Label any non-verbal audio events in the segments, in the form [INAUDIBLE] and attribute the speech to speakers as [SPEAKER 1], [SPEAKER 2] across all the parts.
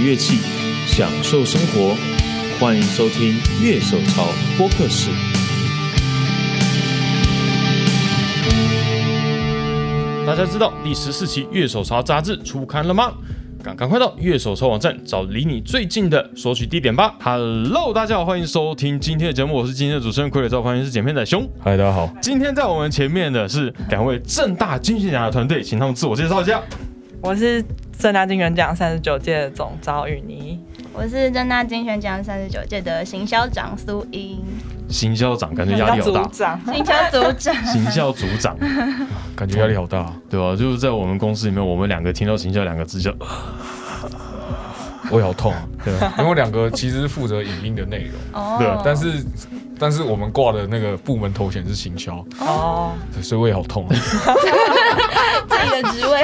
[SPEAKER 1] 乐器，享受生活。欢迎收听《乐手潮播客室》。大家知道第十四期《乐手潮》杂志出刊了吗？赶赶快到乐手潮网站找离你最近的索取地点吧。Hello，大家好，欢迎收听今天的节目，我是今天的主持人傀儡赵欢迎是剪片仔熊。
[SPEAKER 2] 嗨，大家好，
[SPEAKER 1] 今天在我们前面的是两位正大金曲奖的团队，请他们自我介绍一下。
[SPEAKER 3] 我是正大金人奖三十九届的总招雨妮，
[SPEAKER 4] 我是正大金选奖三十九届的行销长苏英，
[SPEAKER 1] 行销长感觉压力好
[SPEAKER 3] 组
[SPEAKER 1] 大，
[SPEAKER 3] 长，
[SPEAKER 4] 行销组长。
[SPEAKER 1] 行销组
[SPEAKER 3] [LAUGHS]
[SPEAKER 1] 长
[SPEAKER 2] 感觉压力好大，啊
[SPEAKER 1] 对吧、就是在我们公司里面，我们两个听到行销两个字就 [LAUGHS]
[SPEAKER 2] 胃好痛。啊
[SPEAKER 1] 对吧
[SPEAKER 2] [LAUGHS] 因为我两个其实是负责影音的 [LAUGHS] 内容，
[SPEAKER 4] [LAUGHS] 哦
[SPEAKER 1] 对
[SPEAKER 2] 但是但是我们挂的那个部门头衔是行销，
[SPEAKER 3] 哦，
[SPEAKER 2] 对所以胃好 [LAUGHS] 痛啊。
[SPEAKER 4] 自己的
[SPEAKER 1] [LAUGHS]
[SPEAKER 4] 职位，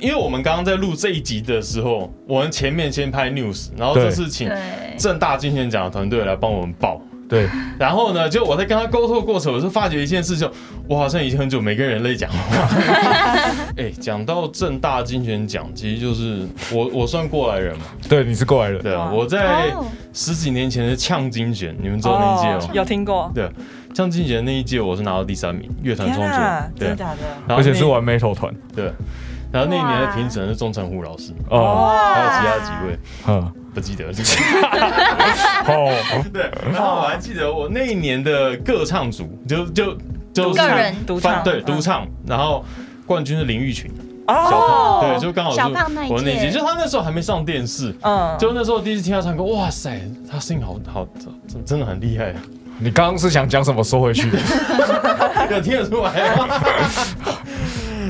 [SPEAKER 1] 因为我们刚刚在录这一集的时候，我们前面先拍 news，然后这
[SPEAKER 2] 对
[SPEAKER 1] 次请
[SPEAKER 4] 对，
[SPEAKER 1] 正大金选奖的团队来帮我们报。
[SPEAKER 2] 对，
[SPEAKER 1] 然后呢，就我在跟他沟通的过程，我就发觉一件事情，我好像已经很久没跟人类讲话。
[SPEAKER 3] [LAUGHS]
[SPEAKER 1] 哎、讲到正大金选奖，其实就是我我算过来人嘛，
[SPEAKER 2] 对，你是过来人，
[SPEAKER 1] 对啊，
[SPEAKER 3] 哇
[SPEAKER 1] 我在
[SPEAKER 4] 哦
[SPEAKER 1] 十几年前的呛金选，你们知道那一届吗？哦
[SPEAKER 3] 哦有听过？
[SPEAKER 1] 呛金选那一届我是拿到第三名，乐团创
[SPEAKER 3] 哪
[SPEAKER 1] 作，，对
[SPEAKER 3] 啊
[SPEAKER 1] 啊
[SPEAKER 3] 真的，假的？
[SPEAKER 1] 然后
[SPEAKER 2] 而且是
[SPEAKER 1] 那
[SPEAKER 2] 玩 metal 团，
[SPEAKER 1] 对，然后那一年的
[SPEAKER 4] 哇
[SPEAKER 1] 评审是钟成虎老师，
[SPEAKER 2] 哦，
[SPEAKER 1] 还有其他几位
[SPEAKER 2] 嗯，
[SPEAKER 1] 不记得了。 [LAUGHS]
[SPEAKER 2] 哦，
[SPEAKER 1] 对，然后我还记得我那一年的各唱组，就就就
[SPEAKER 4] 个人
[SPEAKER 3] 独
[SPEAKER 1] 翻
[SPEAKER 3] 唱，
[SPEAKER 1] 对
[SPEAKER 3] 嗯
[SPEAKER 1] 独唱，然后冠军是林育群，小
[SPEAKER 3] 哦
[SPEAKER 1] 胖，，对，就刚好是
[SPEAKER 4] 小胖那一届
[SPEAKER 1] 我那一届，就他那时候还没上电视，
[SPEAKER 3] 嗯，
[SPEAKER 1] 就那时候第一次听他唱歌，哇塞，他声音好好，真真的很厉害，啊
[SPEAKER 2] 你刚刚是想讲什么？收回 [LAUGHS] 去。
[SPEAKER 1] 有听得出来吗？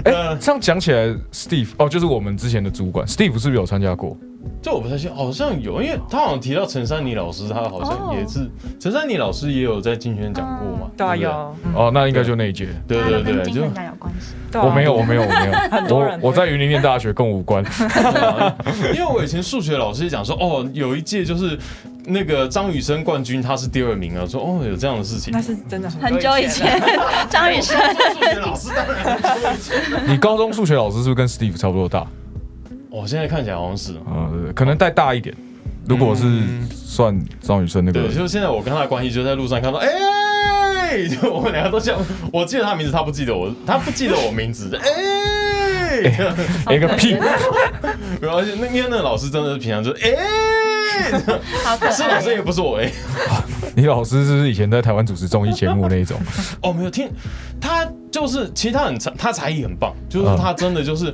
[SPEAKER 1] 呃，
[SPEAKER 2] 这样讲起来，Steve 哦，就是我们之前的主管，Steve 是不是有参加过？
[SPEAKER 1] 就我不太信，好像有，因为他好像提到陈珊妮老师，他好像
[SPEAKER 4] 哦
[SPEAKER 1] 也是，陈珊妮老师也有在金圈讲过嘛，
[SPEAKER 3] 对啊，
[SPEAKER 1] 不
[SPEAKER 3] 有，嗯
[SPEAKER 2] 哦，那应该就那一届。
[SPEAKER 1] 对对对对，
[SPEAKER 4] 金
[SPEAKER 1] 就
[SPEAKER 4] 选奖有关系。
[SPEAKER 3] 对啊
[SPEAKER 2] 我没有，我没有，我 [LAUGHS] 没有，
[SPEAKER 3] 多人
[SPEAKER 2] 我我在云林念大学，跟我无 [LAUGHS] 关。
[SPEAKER 1] 因为我以前数学老师也讲说，哦，有一届就是那个张雨生冠军，他是第二名啊，说哦有这样的事情 [LAUGHS]
[SPEAKER 3] 那。是真的
[SPEAKER 4] 很久以前， [LAUGHS] 张雨生，
[SPEAKER 1] 数学老师当然，
[SPEAKER 2] 你高中数学老师是不是跟 Steve 差不多大？
[SPEAKER 1] 我哦现在看起来好像是，
[SPEAKER 2] 啊，对对可能再大一点。如果是算张雨生那个
[SPEAKER 1] 嗯
[SPEAKER 2] [LAUGHS]
[SPEAKER 1] 对，，就是现在我跟他的关系，就在路上看到，哎、就我们两个都像，我记得他名字，他不记得我，他不记得我名字，哎、
[SPEAKER 2] 哎个屁！
[SPEAKER 1] [LAUGHS] 然后而且那因为那个老师真的是平常就是，哎、哎
[SPEAKER 4] 好可
[SPEAKER 1] 是老师
[SPEAKER 4] 爱。
[SPEAKER 1] 也不是我哎、
[SPEAKER 2] 你老师是不是以前在台湾主持综艺节目那一种？
[SPEAKER 1] [LAUGHS] 哦，没有听，他就是其实他很才他才艺很棒，就是
[SPEAKER 2] 嗯
[SPEAKER 1] 他真的就是。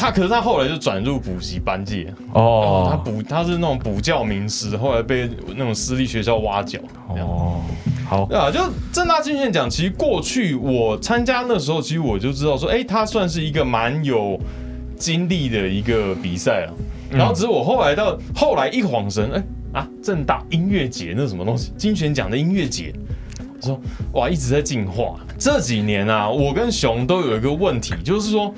[SPEAKER 1] 他可是他后来就转入补习班界，哦，他
[SPEAKER 2] 哦，
[SPEAKER 1] 补他是那种补教名师，后来被那种私立学校挖角，这样
[SPEAKER 2] 哦，好，
[SPEAKER 1] 对啊，就正大金选奖，其实过去我参加那时候，其实我就知道说，哎、它算是一个蛮有经历的一个比赛了。然后只是我后来到后来一晃神，哎、啊，正大音乐节那是什么东西？金选奖的音乐节。我说哇，一直在进化。这几年啊，我跟熊都有一个问题，就是说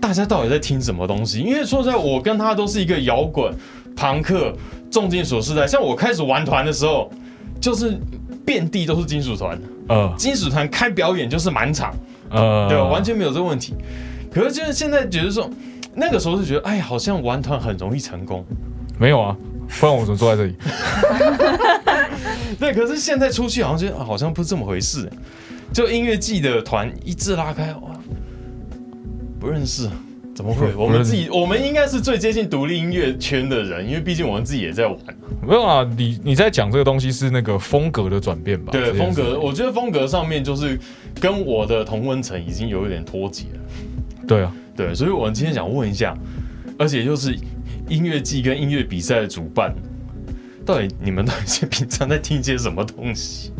[SPEAKER 1] 大家到底在听什么东西？因为说实在，我跟他都是一个摇滚、朋克、重金属时代。像我开始玩团的时候，就是遍地都是金属团，
[SPEAKER 2] 呃
[SPEAKER 1] 金属团开表演就是满场，
[SPEAKER 2] 呃，
[SPEAKER 1] 对吧？啊完全没有这个问题。可是就是现在觉得说，那个时候就觉得，哎，好像玩团很容易成功。
[SPEAKER 2] 没有啊，不然我怎么坐在这里？
[SPEAKER 1] 对，可是现在出去好像觉得、啊好像不是这么回事。就音乐季的团一字拉开，哇，不认识，怎么会？
[SPEAKER 2] 不
[SPEAKER 1] 我们
[SPEAKER 2] 认识
[SPEAKER 1] 自己，我们应该是最接近独立音乐圈的人，因为毕竟我们自己也在玩。
[SPEAKER 2] 没有啊，你你在讲这个东西是那个风格的转变吧？
[SPEAKER 1] 对
[SPEAKER 2] 这件
[SPEAKER 1] 风
[SPEAKER 2] 事
[SPEAKER 1] 格，我觉得风格上面就是跟我的同温层已经有一点脱节了。
[SPEAKER 2] 对啊，
[SPEAKER 1] 对，所以我今天想问一下，而且就是音乐季跟音乐比赛的主办，到底你们到底是平常在听些什么东西？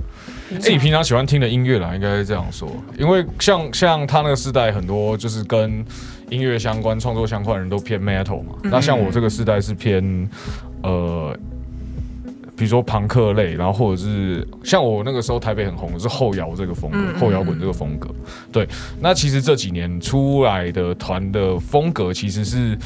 [SPEAKER 2] 自己平常喜欢听的音乐啦，应该是这样说，因为像像他那个时代，很多就是跟音乐相关、创作相关的人都偏 metal 嘛。那像我这个时代是偏呃，比如说朋克类，然后或者是像我那个时候台北很红的是后摇这个风格，
[SPEAKER 3] 嗯嗯
[SPEAKER 2] 后摇滚这个风格。对，那其实这几年出来的团的风格其实是。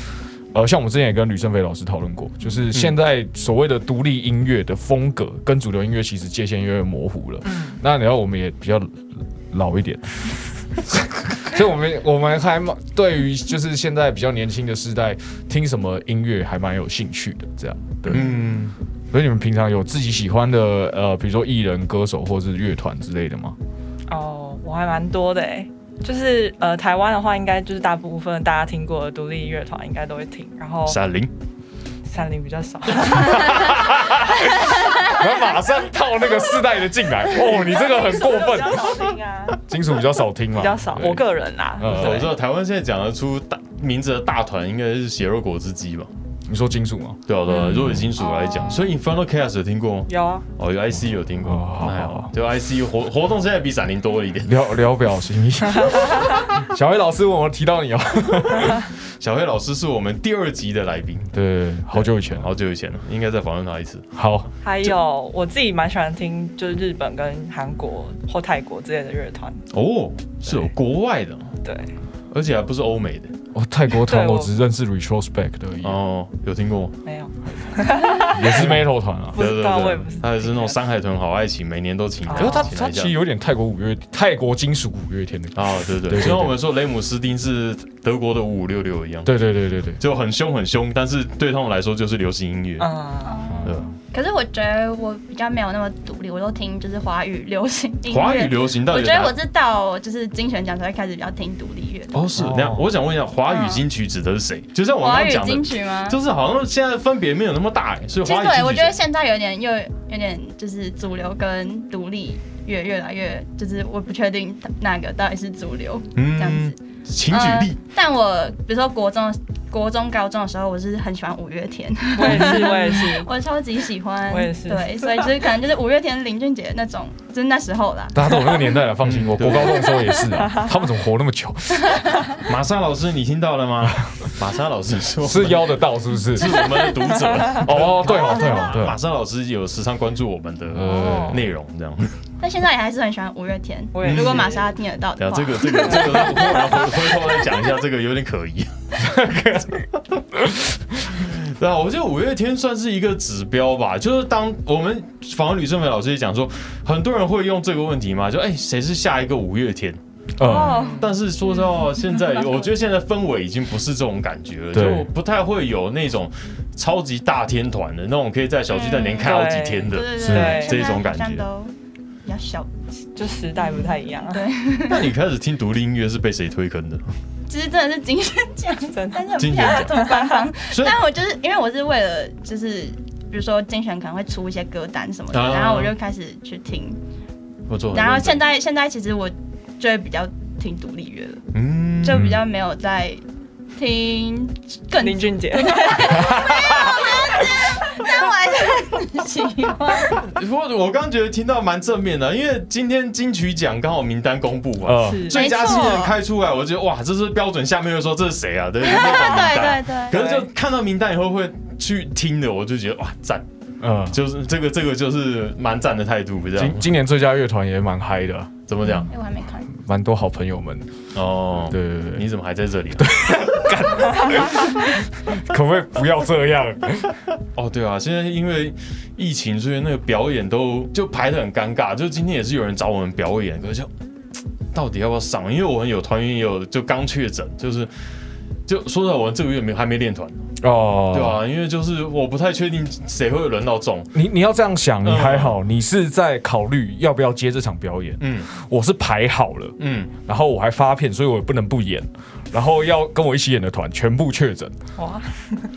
[SPEAKER 2] 呃，像我们之前也跟吕胜飞老师讨论过，就是现在所谓的独立音乐的风格跟主流音乐其实界限越来越模糊了。那然后我们也比较老一点， [LAUGHS] 所以我们我们还蛮对于就是现在比较年轻的世代听什么音乐还蛮有兴趣的，这样对。
[SPEAKER 1] 嗯，
[SPEAKER 2] 所以你们平常有自己喜欢的呃，比如说艺人、歌手或是乐团之类的
[SPEAKER 3] [LAUGHS]
[SPEAKER 2] 吗？
[SPEAKER 3] 哦，我还蛮多的哎，就是呃，台湾的话，应该就是大部分大家听过的独立乐团应该都会听，然后
[SPEAKER 1] 闪灵，
[SPEAKER 3] 闪灵比较少。
[SPEAKER 2] 我要马上套那个世代的进来。哦，你这个很过
[SPEAKER 3] [LAUGHS] 比
[SPEAKER 2] 分。
[SPEAKER 3] 较少听啊，
[SPEAKER 2] 金属比较少听嘛，
[SPEAKER 3] 比较少。
[SPEAKER 2] 对
[SPEAKER 3] 我个人啦，
[SPEAKER 2] 嗯
[SPEAKER 1] 呃我知道台湾现在讲得出大名字的大团应该是血肉果汁机吧？
[SPEAKER 2] 你说金属吗？
[SPEAKER 1] 对啊，对啊，如果以金属来讲，
[SPEAKER 4] 哦
[SPEAKER 1] 所以 Infernal Chaos 有听过吗？
[SPEAKER 3] 有啊，
[SPEAKER 1] 哦，有 IC 有听过，
[SPEAKER 2] 哦好
[SPEAKER 1] 那还
[SPEAKER 2] 好
[SPEAKER 1] 好
[SPEAKER 2] 好，
[SPEAKER 1] 就 IC 活活动现在比闪灵多了一点。
[SPEAKER 2] 聊聊表情。 [LAUGHS] 小黑老师，我提到你哦。
[SPEAKER 1] 小黑老师是我们第二集的来宾，
[SPEAKER 2] 对，好久以前了。
[SPEAKER 1] 好久以前了，应该再访问他一次。
[SPEAKER 2] 好，
[SPEAKER 3] 还有我自己蛮喜欢听，就是日本跟韩国或泰国之类的乐团。
[SPEAKER 1] 哦，是有国外的，
[SPEAKER 3] 对，
[SPEAKER 1] 而且还不是欧美的。
[SPEAKER 2] 我哦泰国团
[SPEAKER 3] 对我
[SPEAKER 2] 我只认识 Retrospect 而已，
[SPEAKER 1] 哦，有听过吗？
[SPEAKER 3] 没有，
[SPEAKER 2] 也是 Metal
[SPEAKER 1] [LAUGHS]
[SPEAKER 2] 团啊。
[SPEAKER 3] 不知道，我也不是。
[SPEAKER 1] 他也是那种山海豚好爱情，每年都请。
[SPEAKER 2] 哦可是他
[SPEAKER 1] 请
[SPEAKER 2] 他
[SPEAKER 1] 来一
[SPEAKER 2] 其
[SPEAKER 1] 下
[SPEAKER 2] 实有点泰国五月泰国金属五月天的。
[SPEAKER 1] 啊，对对
[SPEAKER 2] 对
[SPEAKER 1] 对，
[SPEAKER 2] 对对
[SPEAKER 1] 就像我们说雷姆斯丁是德国的五五六六一样，
[SPEAKER 2] 对对对对对，
[SPEAKER 1] 就很凶很凶，但是对他们来说就是流行音乐。
[SPEAKER 3] [LAUGHS] 嗯，
[SPEAKER 1] 对吧
[SPEAKER 4] 可是我觉得我比较没有那么独立，我都听就是华语流行音乐。
[SPEAKER 1] 华语流行到
[SPEAKER 4] 我
[SPEAKER 1] 底有
[SPEAKER 4] 觉得
[SPEAKER 1] 哪？
[SPEAKER 4] 我是到就是金选奖才会开始比较听独立乐。
[SPEAKER 1] 哦，是
[SPEAKER 2] 哦
[SPEAKER 1] 那样。我想问一下，华语金曲指的是谁？就像我刚
[SPEAKER 4] 华
[SPEAKER 1] 刚
[SPEAKER 4] 语
[SPEAKER 1] 哦讲
[SPEAKER 4] 金
[SPEAKER 1] 的，
[SPEAKER 4] 曲吗？
[SPEAKER 1] 就是好像现在分别没有那么大，哎所以
[SPEAKER 4] 其实
[SPEAKER 1] 华语
[SPEAKER 4] 对，我
[SPEAKER 1] 金曲
[SPEAKER 4] 觉得
[SPEAKER 1] 指
[SPEAKER 4] 现在有点又有点就是主流跟独立越越来越，就是我不确定哪个到底是主流这样
[SPEAKER 1] 嗯
[SPEAKER 4] 子。，
[SPEAKER 1] 请举例
[SPEAKER 4] 呃。但我比如说国中、国中、高中的时候，我是很喜欢五月天， [LAUGHS]
[SPEAKER 3] 我也是，我也是。
[SPEAKER 4] 我超级喜欢。
[SPEAKER 3] 我也是
[SPEAKER 4] 对，所以就是可能就是五月天、林俊杰那种，就是那时候啦。
[SPEAKER 2] 大家都有那个年代啊了，放心，我
[SPEAKER 1] 对
[SPEAKER 2] 国高中的时候也是啊。他们怎么活那么久？
[SPEAKER 4] 呃
[SPEAKER 1] 玛莎老师，你听到了
[SPEAKER 2] [LAUGHS]
[SPEAKER 1] 吗？玛莎老师说
[SPEAKER 2] 是邀得到是不是？
[SPEAKER 1] 是我们的读者。
[SPEAKER 2] 哦，对哦对哦对
[SPEAKER 1] 玛
[SPEAKER 2] 哦。
[SPEAKER 1] 莎老师有时常关注我们的
[SPEAKER 2] 呃，
[SPEAKER 1] 内容，这
[SPEAKER 2] [LAUGHS]
[SPEAKER 1] 样。
[SPEAKER 4] 但现在也还是很喜欢五月天
[SPEAKER 3] 我也。是
[SPEAKER 4] 如果玛莎听得到
[SPEAKER 1] 对
[SPEAKER 4] 的
[SPEAKER 1] 啊，
[SPEAKER 4] 话，
[SPEAKER 1] 这个这个这个，我们回回头来讲一下，这个有点可疑。 [LAUGHS] 对啊，我觉得五月天算是一个指标吧，就是当我们访问吕胜美老师也讲说，很多人会用这个问题嘛，就哎谁、是下一个五月天？
[SPEAKER 2] 嗯，
[SPEAKER 4] 哦，
[SPEAKER 1] 但是说实话，现在我觉得现在氛围已经不是这种感觉了，
[SPEAKER 2] 对
[SPEAKER 1] 就不太会有那种超级大天团的那种，可以在小巨蛋连开好几天的
[SPEAKER 4] 嗯对。对
[SPEAKER 2] 是
[SPEAKER 4] 对，
[SPEAKER 1] 这种感觉
[SPEAKER 4] 现在好像都比较小。
[SPEAKER 3] 就时代不太一样啊。
[SPEAKER 4] 对
[SPEAKER 1] 那你开始听独立音乐是被谁推
[SPEAKER 4] [LAUGHS]
[SPEAKER 1] 坑的？
[SPEAKER 4] 其实真的是金选奖， [LAUGHS]
[SPEAKER 3] 真的
[SPEAKER 4] 但是我不想要这么官方。
[SPEAKER 1] 所以
[SPEAKER 4] [LAUGHS] 但我就是因为我是为了就是。比如说精选可能会出一些歌单什么的，
[SPEAKER 1] 啊哦
[SPEAKER 4] 然后我就开始去听，
[SPEAKER 1] 我做很
[SPEAKER 4] 然后
[SPEAKER 1] 认真
[SPEAKER 4] 现在现在其实我就会比较听独立乐了，
[SPEAKER 1] 嗯
[SPEAKER 4] 就比较没有在听更，
[SPEAKER 3] 林俊杰，
[SPEAKER 4] 但我还 [LAUGHS] 是很喜欢。
[SPEAKER 1] 不过我刚觉得听到蛮正面的，因为今天金曲奖刚好名单公布嘛，
[SPEAKER 2] 呃，
[SPEAKER 3] 哦是
[SPEAKER 1] 最佳
[SPEAKER 4] 没
[SPEAKER 1] 新
[SPEAKER 4] 错
[SPEAKER 1] 人开出来，我觉得哇，这是标准。下面又说这是谁
[SPEAKER 4] [LAUGHS]
[SPEAKER 1] 啊？对对
[SPEAKER 4] 对
[SPEAKER 1] 对
[SPEAKER 4] 对对，
[SPEAKER 1] 可是就看到名单以后会去听的，我就觉得哇赞，
[SPEAKER 2] 嗯，
[SPEAKER 1] 就是这个这个就是蛮赞的态度，这样
[SPEAKER 2] 今今年最佳乐团也蛮嗨的，
[SPEAKER 1] 怎么讲？
[SPEAKER 4] 哎，我还没看，
[SPEAKER 2] 蛮多好朋友们。
[SPEAKER 1] 哦，
[SPEAKER 2] 嗯对对对
[SPEAKER 1] 你怎么还在这里啊？
[SPEAKER 2] 可不可以不要这样？
[SPEAKER 1] 哦，对啊，现在因为疫情，所以那个表演都就排的很尴尬。就今天也是有人找我们表演，可是就到底要不要上？因为我们有团员也有就刚确诊，就是就说实话，我们这个月没还没练团，
[SPEAKER 2] 哦，
[SPEAKER 1] 对啊，因为就是我不太确定谁会轮到中。
[SPEAKER 2] 你你要这样想，你
[SPEAKER 1] 嗯
[SPEAKER 2] 还好，你是在考虑要不要接这场表演。
[SPEAKER 1] 嗯
[SPEAKER 2] 我是排好了，
[SPEAKER 1] 嗯，
[SPEAKER 2] 然后我还发片，所以我也不能不演。然后要跟我一起演的团全部确诊，
[SPEAKER 3] 哇，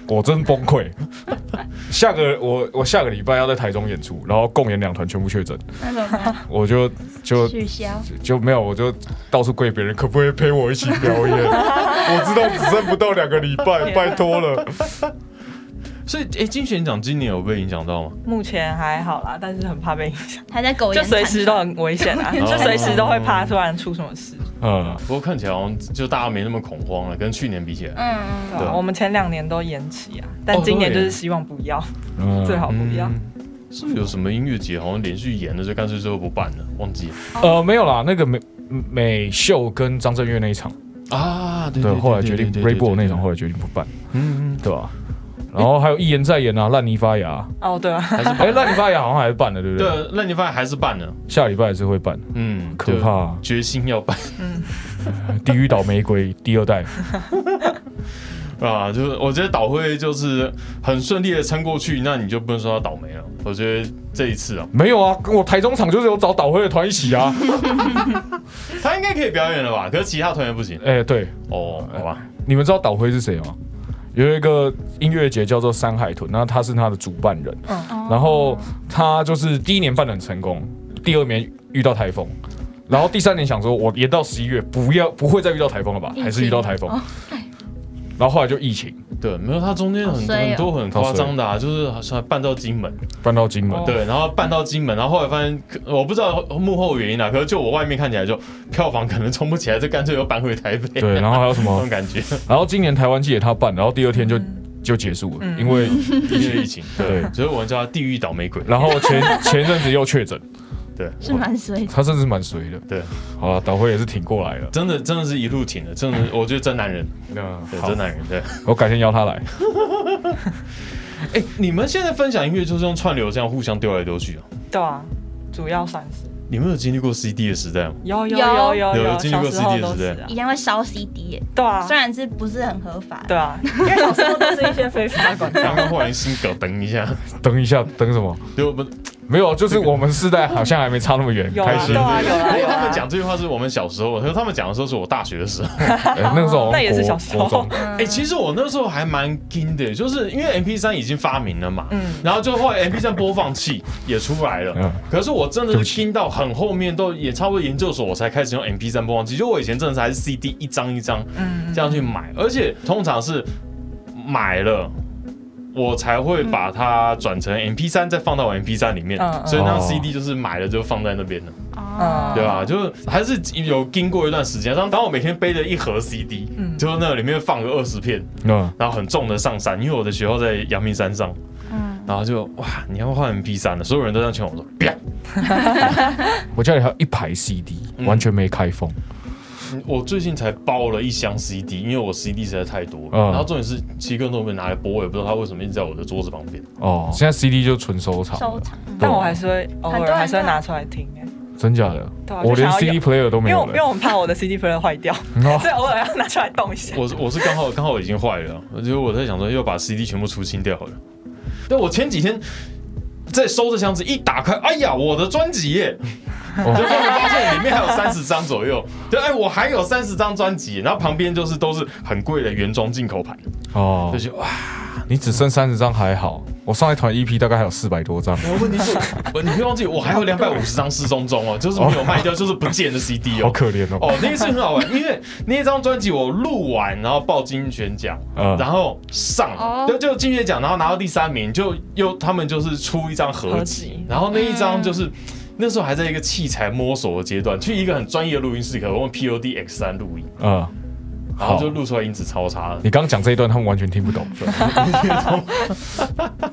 [SPEAKER 2] 我真崩溃。 [LAUGHS] 下个我我下个礼拜要在台中演出，然后共演两团全部确诊，
[SPEAKER 4] 那怎么
[SPEAKER 2] [LAUGHS]
[SPEAKER 4] 办？
[SPEAKER 2] 我就就
[SPEAKER 4] 取消。
[SPEAKER 2] 就没有，我就到处跪别人，可不可以陪我一起表
[SPEAKER 3] [LAUGHS]
[SPEAKER 2] 演？我知道只剩不到两个礼拜，拜托了。
[SPEAKER 1] 所以诶，金选奖今年有被影响到吗？
[SPEAKER 3] 目前还好啦，但是很怕被影响，
[SPEAKER 4] 还在苟
[SPEAKER 3] 就
[SPEAKER 4] 延
[SPEAKER 3] 随时都
[SPEAKER 4] 残
[SPEAKER 3] 很危险 [LAUGHS] 啊，
[SPEAKER 1] 哦
[SPEAKER 3] 就随时都会怕突然出什么事。
[SPEAKER 2] 嗯，
[SPEAKER 1] 不过看起来好像就大家没那么恐慌了，跟去年比起来，
[SPEAKER 4] 喘。嗯
[SPEAKER 3] 对
[SPEAKER 1] 对
[SPEAKER 3] 啊
[SPEAKER 1] 啊
[SPEAKER 3] 我们前两年都延期啊，但
[SPEAKER 1] 哦
[SPEAKER 3] 今年
[SPEAKER 1] 对
[SPEAKER 3] 就是希望不要，
[SPEAKER 2] 嗯
[SPEAKER 3] 最好不要。
[SPEAKER 1] 是不是有什么音乐节好像连续演了，就干脆最后不办了，忘记了
[SPEAKER 2] 呃，没有啦，那个美美秀跟张震岳那一场，
[SPEAKER 1] 啊？对
[SPEAKER 2] 对，后来决定 r a y b o 那场，
[SPEAKER 1] 会，
[SPEAKER 2] 后来决定不办，
[SPEAKER 1] 嗯嗯。
[SPEAKER 2] 对吧？然然后还有一言再言啊，烂泥发芽啊，
[SPEAKER 3] 哦，对啊， [LAUGHS]
[SPEAKER 1] 还是
[SPEAKER 2] 哎，烂泥发芽好像还是办了，对不对？
[SPEAKER 1] 对，那你发现还是办了，
[SPEAKER 2] 下礼拜还是会办，
[SPEAKER 1] 嗯，
[SPEAKER 2] 可怕啊
[SPEAKER 1] 就决心要
[SPEAKER 2] [LAUGHS]
[SPEAKER 1] 办
[SPEAKER 2] 地狱岛玫瑰第二代，
[SPEAKER 1] 啊！就是我觉得倒会就是很顺利的撑过去，那你就不能说他倒霉了。我觉得这一次啊，
[SPEAKER 2] 没有啊，跟我台中场就是有找岛会的团一起啊，
[SPEAKER 1] 他应该可以表演了吧？可是其他团员不行
[SPEAKER 2] 哎，对，
[SPEAKER 1] 哦，好吧，
[SPEAKER 2] 你们知道岛辉是谁吗？有一个音乐节叫做山海豚，那他是他的主办人，
[SPEAKER 4] 嗯
[SPEAKER 2] 然
[SPEAKER 4] 哦
[SPEAKER 2] 后他就是第一年办的很成功，第二年遇到台风，然后第三年想说，我延到十一月，不要不会再遇到台风了吧？还是遇到台风，
[SPEAKER 4] 哦
[SPEAKER 2] 然后后来就疫情
[SPEAKER 1] 呃对，没有，他中间
[SPEAKER 4] 好
[SPEAKER 1] 很
[SPEAKER 4] 衰哦
[SPEAKER 1] 很多很夸张的，
[SPEAKER 2] 哦
[SPEAKER 1] 啊，就是好像办到金门，
[SPEAKER 2] 搬到金门，
[SPEAKER 3] 哦
[SPEAKER 1] 对，然后办到金门，然后后来发现我不知道幕后原因啊，可是就我外面看起来就票房可能冲不起来，就干脆又搬回台北，
[SPEAKER 2] 对，然后还有什
[SPEAKER 1] 那
[SPEAKER 3] [LAUGHS]
[SPEAKER 2] 么
[SPEAKER 1] 种？感觉，
[SPEAKER 2] 然后今年台湾季也他办，然后第二天就就结束了，
[SPEAKER 3] 嗯
[SPEAKER 2] 因
[SPEAKER 4] [LAUGHS]
[SPEAKER 2] 为
[SPEAKER 1] 因为疫情，对
[SPEAKER 2] 对，
[SPEAKER 1] 所以我们叫他地狱倒霉鬼，
[SPEAKER 2] 然后前前阵子又确诊，
[SPEAKER 1] 对。
[SPEAKER 4] 是蛮随的。
[SPEAKER 2] 他甚至蛮随的，
[SPEAKER 1] 对，
[SPEAKER 2] 好了，岛辉也是挺过来了，
[SPEAKER 1] 真的真的是一路挺的，真的，我觉得真男人，
[SPEAKER 3] 啊
[SPEAKER 2] 那
[SPEAKER 1] 对，
[SPEAKER 2] 好
[SPEAKER 1] 真，男人，对。
[SPEAKER 2] 我改天邀他来。
[SPEAKER 1] 哎，你们现在分享音乐就是用串流这样互相丢来丢去啊？
[SPEAKER 3] 对啊，主要算是
[SPEAKER 1] 你们有经历过 CD 的时 [LAUGHS] 代吗？
[SPEAKER 3] 有有
[SPEAKER 4] 有
[SPEAKER 3] 有有
[SPEAKER 1] 有经历
[SPEAKER 3] 小
[SPEAKER 1] 过
[SPEAKER 3] 时候
[SPEAKER 1] CD
[SPEAKER 3] 都是
[SPEAKER 1] 是
[SPEAKER 3] 啊
[SPEAKER 4] 以，前会烧 CD，耶
[SPEAKER 3] 对啊
[SPEAKER 4] 虽，然是不是很合法，
[SPEAKER 3] 对啊， [LAUGHS] 因为小时候都是一些非法管道
[SPEAKER 1] 刚，刚忽然心梗，等一下，
[SPEAKER 2] 等一下，等什么？
[SPEAKER 1] 就我们
[SPEAKER 2] 没有，就是我们世代好 [LAUGHS] 像还没差那么远，
[SPEAKER 3] 有
[SPEAKER 2] 开
[SPEAKER 3] 啊，
[SPEAKER 2] 心
[SPEAKER 3] 对。啊，有啊，
[SPEAKER 1] 因为
[SPEAKER 3] 有
[SPEAKER 1] 他们
[SPEAKER 3] 啊。
[SPEAKER 1] 讲这句话是我们小时候，可是他们讲的时候是我大学的时候。
[SPEAKER 2] 哎那个时候好像
[SPEAKER 3] [LAUGHS] 那也是
[SPEAKER 2] 国
[SPEAKER 3] 小时候
[SPEAKER 2] 国中
[SPEAKER 3] [LAUGHS]
[SPEAKER 1] 哎，其实我那时候还蛮惊的，就是因为 M P 三已经发明了嘛，
[SPEAKER 3] [LAUGHS] 嗯
[SPEAKER 1] 然后就后来 M P 三播放器也出来
[SPEAKER 2] 嗯
[SPEAKER 1] 了，可是我真的
[SPEAKER 2] 对不
[SPEAKER 1] 是
[SPEAKER 2] 起
[SPEAKER 1] 听到很后面，都也差不多研究所我才开始用 M P 三播放器，就我以前真的是还是 C D 一张一张
[SPEAKER 3] 嗯，
[SPEAKER 1] 这样去买，而且通常是买了。我才会把它转成 M P 三，再放到我 M P 三里面，
[SPEAKER 3] 嗯嗯
[SPEAKER 1] 所以那张
[SPEAKER 2] 哦
[SPEAKER 1] C D 就是买了就放在那边了，
[SPEAKER 4] 哦，
[SPEAKER 1] 对啊吧？就是还是有经过一段时间，当当我每天背着一盒 C D，
[SPEAKER 3] 嗯
[SPEAKER 1] 就是那里面放个二十片，
[SPEAKER 2] 嗯，
[SPEAKER 1] 然后很重的上山，因为我的学校在阳明山上，
[SPEAKER 4] 嗯，
[SPEAKER 1] 然后就哇，你要换 M P 三了，所有人都这样劝我说，别，
[SPEAKER 2] 我家里还有一排 CD，完
[SPEAKER 3] 嗯
[SPEAKER 2] 全没开封。
[SPEAKER 1] 我最近才包了一箱 CD，因为我 CD 实在太多了，
[SPEAKER 2] 嗯
[SPEAKER 1] 然后重点是七哥都没拿来播，我也不知道他为什么一直在我的桌子旁边。
[SPEAKER 2] 哦，现在 CD 就纯收藏
[SPEAKER 4] 收
[SPEAKER 2] 了，
[SPEAKER 4] 藏，
[SPEAKER 3] 但我还是会偶
[SPEAKER 4] 很多
[SPEAKER 3] 尔
[SPEAKER 4] 人
[SPEAKER 3] 还是会
[SPEAKER 4] 都
[SPEAKER 3] 拿出来听哎，
[SPEAKER 2] 真假的
[SPEAKER 3] 对啊？
[SPEAKER 2] 我
[SPEAKER 3] 就
[SPEAKER 2] 连
[SPEAKER 3] 想要
[SPEAKER 2] CD
[SPEAKER 3] 有
[SPEAKER 2] player 都没
[SPEAKER 3] 因为
[SPEAKER 2] 有
[SPEAKER 3] 我因为
[SPEAKER 2] 了。
[SPEAKER 3] 我们怕我的 CD player
[SPEAKER 1] [LAUGHS]
[SPEAKER 3] 坏掉，
[SPEAKER 2] 哦
[SPEAKER 3] 所以偶尔要拿出来动一
[SPEAKER 4] [LAUGHS]
[SPEAKER 2] [LAUGHS]
[SPEAKER 3] 下。
[SPEAKER 1] 我是我是刚好刚好已经坏了，我觉得我在想说要把 CD 全部出清掉好了。但我前几天在收这箱子，一打开，哎呀，我的专辑
[SPEAKER 2] [LAUGHS]
[SPEAKER 1] 耶！我就发现里面还有三十张左右，对，哎，我还有三十张专辑，然后旁边就是都是很贵的原装进口盘，
[SPEAKER 2] 哦
[SPEAKER 1] 就，觉得哇，
[SPEAKER 2] 你只剩三十张还好，我上一团 EP 大概还有四百
[SPEAKER 1] [LAUGHS]
[SPEAKER 2] 多张。
[SPEAKER 1] 我问题
[SPEAKER 2] [LAUGHS]
[SPEAKER 1] 是，我你别忘记我还有两百五十张失踪中哦，就是没有卖掉，就是不见的 CD
[SPEAKER 2] [LAUGHS] 好
[SPEAKER 1] 哦。
[SPEAKER 2] 可怜哦，
[SPEAKER 1] 哦，那一次很好玩，因为那一张专辑我录完，然后报金曲奖，
[SPEAKER 2] 嗯
[SPEAKER 1] 然后上了
[SPEAKER 4] 哦，
[SPEAKER 1] 就就金曲奖，然后拿到第三名，就又他们就是出一张合
[SPEAKER 3] 合
[SPEAKER 1] 集
[SPEAKER 3] 集，嗯
[SPEAKER 1] 然后那一张就是。那时候还在一个器材摸索的阶段，去一个很专业的录音室，可能用 POD X 三录音，
[SPEAKER 2] 嗯，
[SPEAKER 1] 然后
[SPEAKER 2] 好
[SPEAKER 1] 就录出来音质超差的。
[SPEAKER 2] 你刚讲这一段，他们完全听不
[SPEAKER 1] [LAUGHS]
[SPEAKER 2] 懂，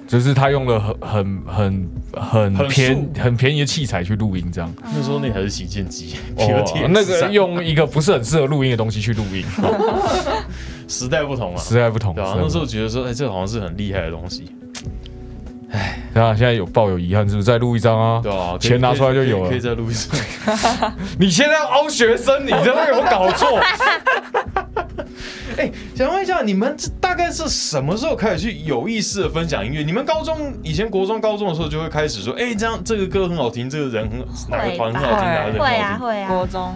[SPEAKER 2] 就是他用了很很很
[SPEAKER 1] 很
[SPEAKER 2] 很便
[SPEAKER 1] 素
[SPEAKER 2] 很便宜的器材去录音，这样。
[SPEAKER 1] 那时候那台是旗舰机
[SPEAKER 2] 哦
[SPEAKER 1] ，POD X
[SPEAKER 2] 那个用一个不是很适合录音的东西去录
[SPEAKER 1] [LAUGHS]
[SPEAKER 2] 音，
[SPEAKER 1] 时代不同啊，
[SPEAKER 2] 实在不同。
[SPEAKER 1] 对啊
[SPEAKER 2] 实，在
[SPEAKER 1] 那
[SPEAKER 2] 不
[SPEAKER 1] 时
[SPEAKER 2] 同
[SPEAKER 1] 候觉得说，哎、这好像是很厉害的东西，
[SPEAKER 2] 然后现在有抱有遗憾，是不是再录一张啊？
[SPEAKER 1] [LAUGHS] 对啊，可以
[SPEAKER 2] 钱拿出来就有
[SPEAKER 1] 可以可以可以
[SPEAKER 2] 了。
[SPEAKER 1] 再录一次。
[SPEAKER 2] [LAUGHS] 你现在要凹
[SPEAKER 1] [LAUGHS]
[SPEAKER 2] 学生，你这个有搞错？
[SPEAKER 1] 哎、想问一下，你们这大概是什么时候开始去有意识的分享音乐？你们高中以前国中、高中的时候就会开始说，哎、这样这个歌很好听，这个人很哪个团很好听，哪个人很好听。
[SPEAKER 4] 会啊会啊，
[SPEAKER 3] 国中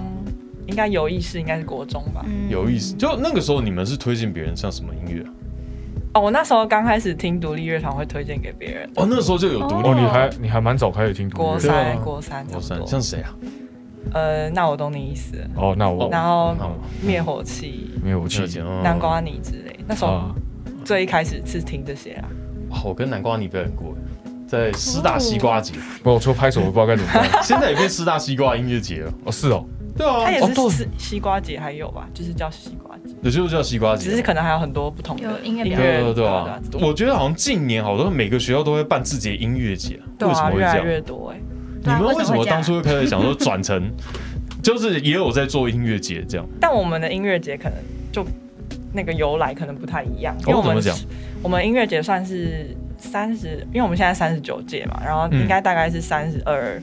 [SPEAKER 3] 应该有意识，应该是国中吧。
[SPEAKER 4] 嗯
[SPEAKER 1] 有意思，就那个时候你们是推荐别人像什么音乐啊、
[SPEAKER 3] 哦，我那时候刚开始听独立乐团会推荐给别人，
[SPEAKER 1] 哦，那时候就有独立
[SPEAKER 2] 哦，你还你还蛮早开始听独立
[SPEAKER 3] 国
[SPEAKER 2] 乐。
[SPEAKER 1] 对
[SPEAKER 3] 三
[SPEAKER 1] 啊
[SPEAKER 3] 国三差
[SPEAKER 1] 国
[SPEAKER 3] 不
[SPEAKER 1] 三，
[SPEAKER 3] 多。
[SPEAKER 1] 像谁啊？
[SPEAKER 3] 呃，那我懂你意思了。
[SPEAKER 2] 哦，那我
[SPEAKER 3] 然后
[SPEAKER 1] 哦
[SPEAKER 3] 灭火器、
[SPEAKER 2] 没有我去
[SPEAKER 3] 南瓜泥之类，那时候
[SPEAKER 2] 啊，
[SPEAKER 3] 最一开始是听这些啊啦。
[SPEAKER 1] 哦，我跟南瓜你表演过，在师大西瓜节，
[SPEAKER 2] 不，我除了拍手，我不知道该怎么办。
[SPEAKER 1] 现在也变师大西瓜音乐节了。
[SPEAKER 2] 哦，是哦，
[SPEAKER 1] 对啊，
[SPEAKER 3] 它也
[SPEAKER 2] 哦对
[SPEAKER 3] 是西西瓜节，还有吧，就是叫西瓜节，
[SPEAKER 1] 也就是叫西瓜节
[SPEAKER 3] 只是。可能还有很多不同的
[SPEAKER 4] 有音乐
[SPEAKER 3] 音
[SPEAKER 4] 表
[SPEAKER 1] 对
[SPEAKER 4] 演
[SPEAKER 1] 对
[SPEAKER 3] 乐
[SPEAKER 1] 对啊！我觉得好像近年好多每个学校都会办自己的音乐节，
[SPEAKER 3] 对
[SPEAKER 1] 为什
[SPEAKER 3] 啊，
[SPEAKER 1] 么会
[SPEAKER 3] 越
[SPEAKER 1] 这
[SPEAKER 3] 来
[SPEAKER 1] 样？
[SPEAKER 3] 越多哎。
[SPEAKER 1] 你
[SPEAKER 4] 对啊
[SPEAKER 1] 们为
[SPEAKER 4] 为
[SPEAKER 1] 什
[SPEAKER 4] 什么
[SPEAKER 1] 么
[SPEAKER 4] 会这样
[SPEAKER 1] 当初会开始想说转成，就是也有在做音乐节这样？
[SPEAKER 3] 但我们的音乐节可能就那个由来可能不太一样，因为我
[SPEAKER 1] 哦怎
[SPEAKER 3] 们、
[SPEAKER 1] 么讲？
[SPEAKER 3] 我们音乐节算是三十，因为我们现在三十九届嘛，然后
[SPEAKER 1] 嗯
[SPEAKER 3] 应该大概是三十二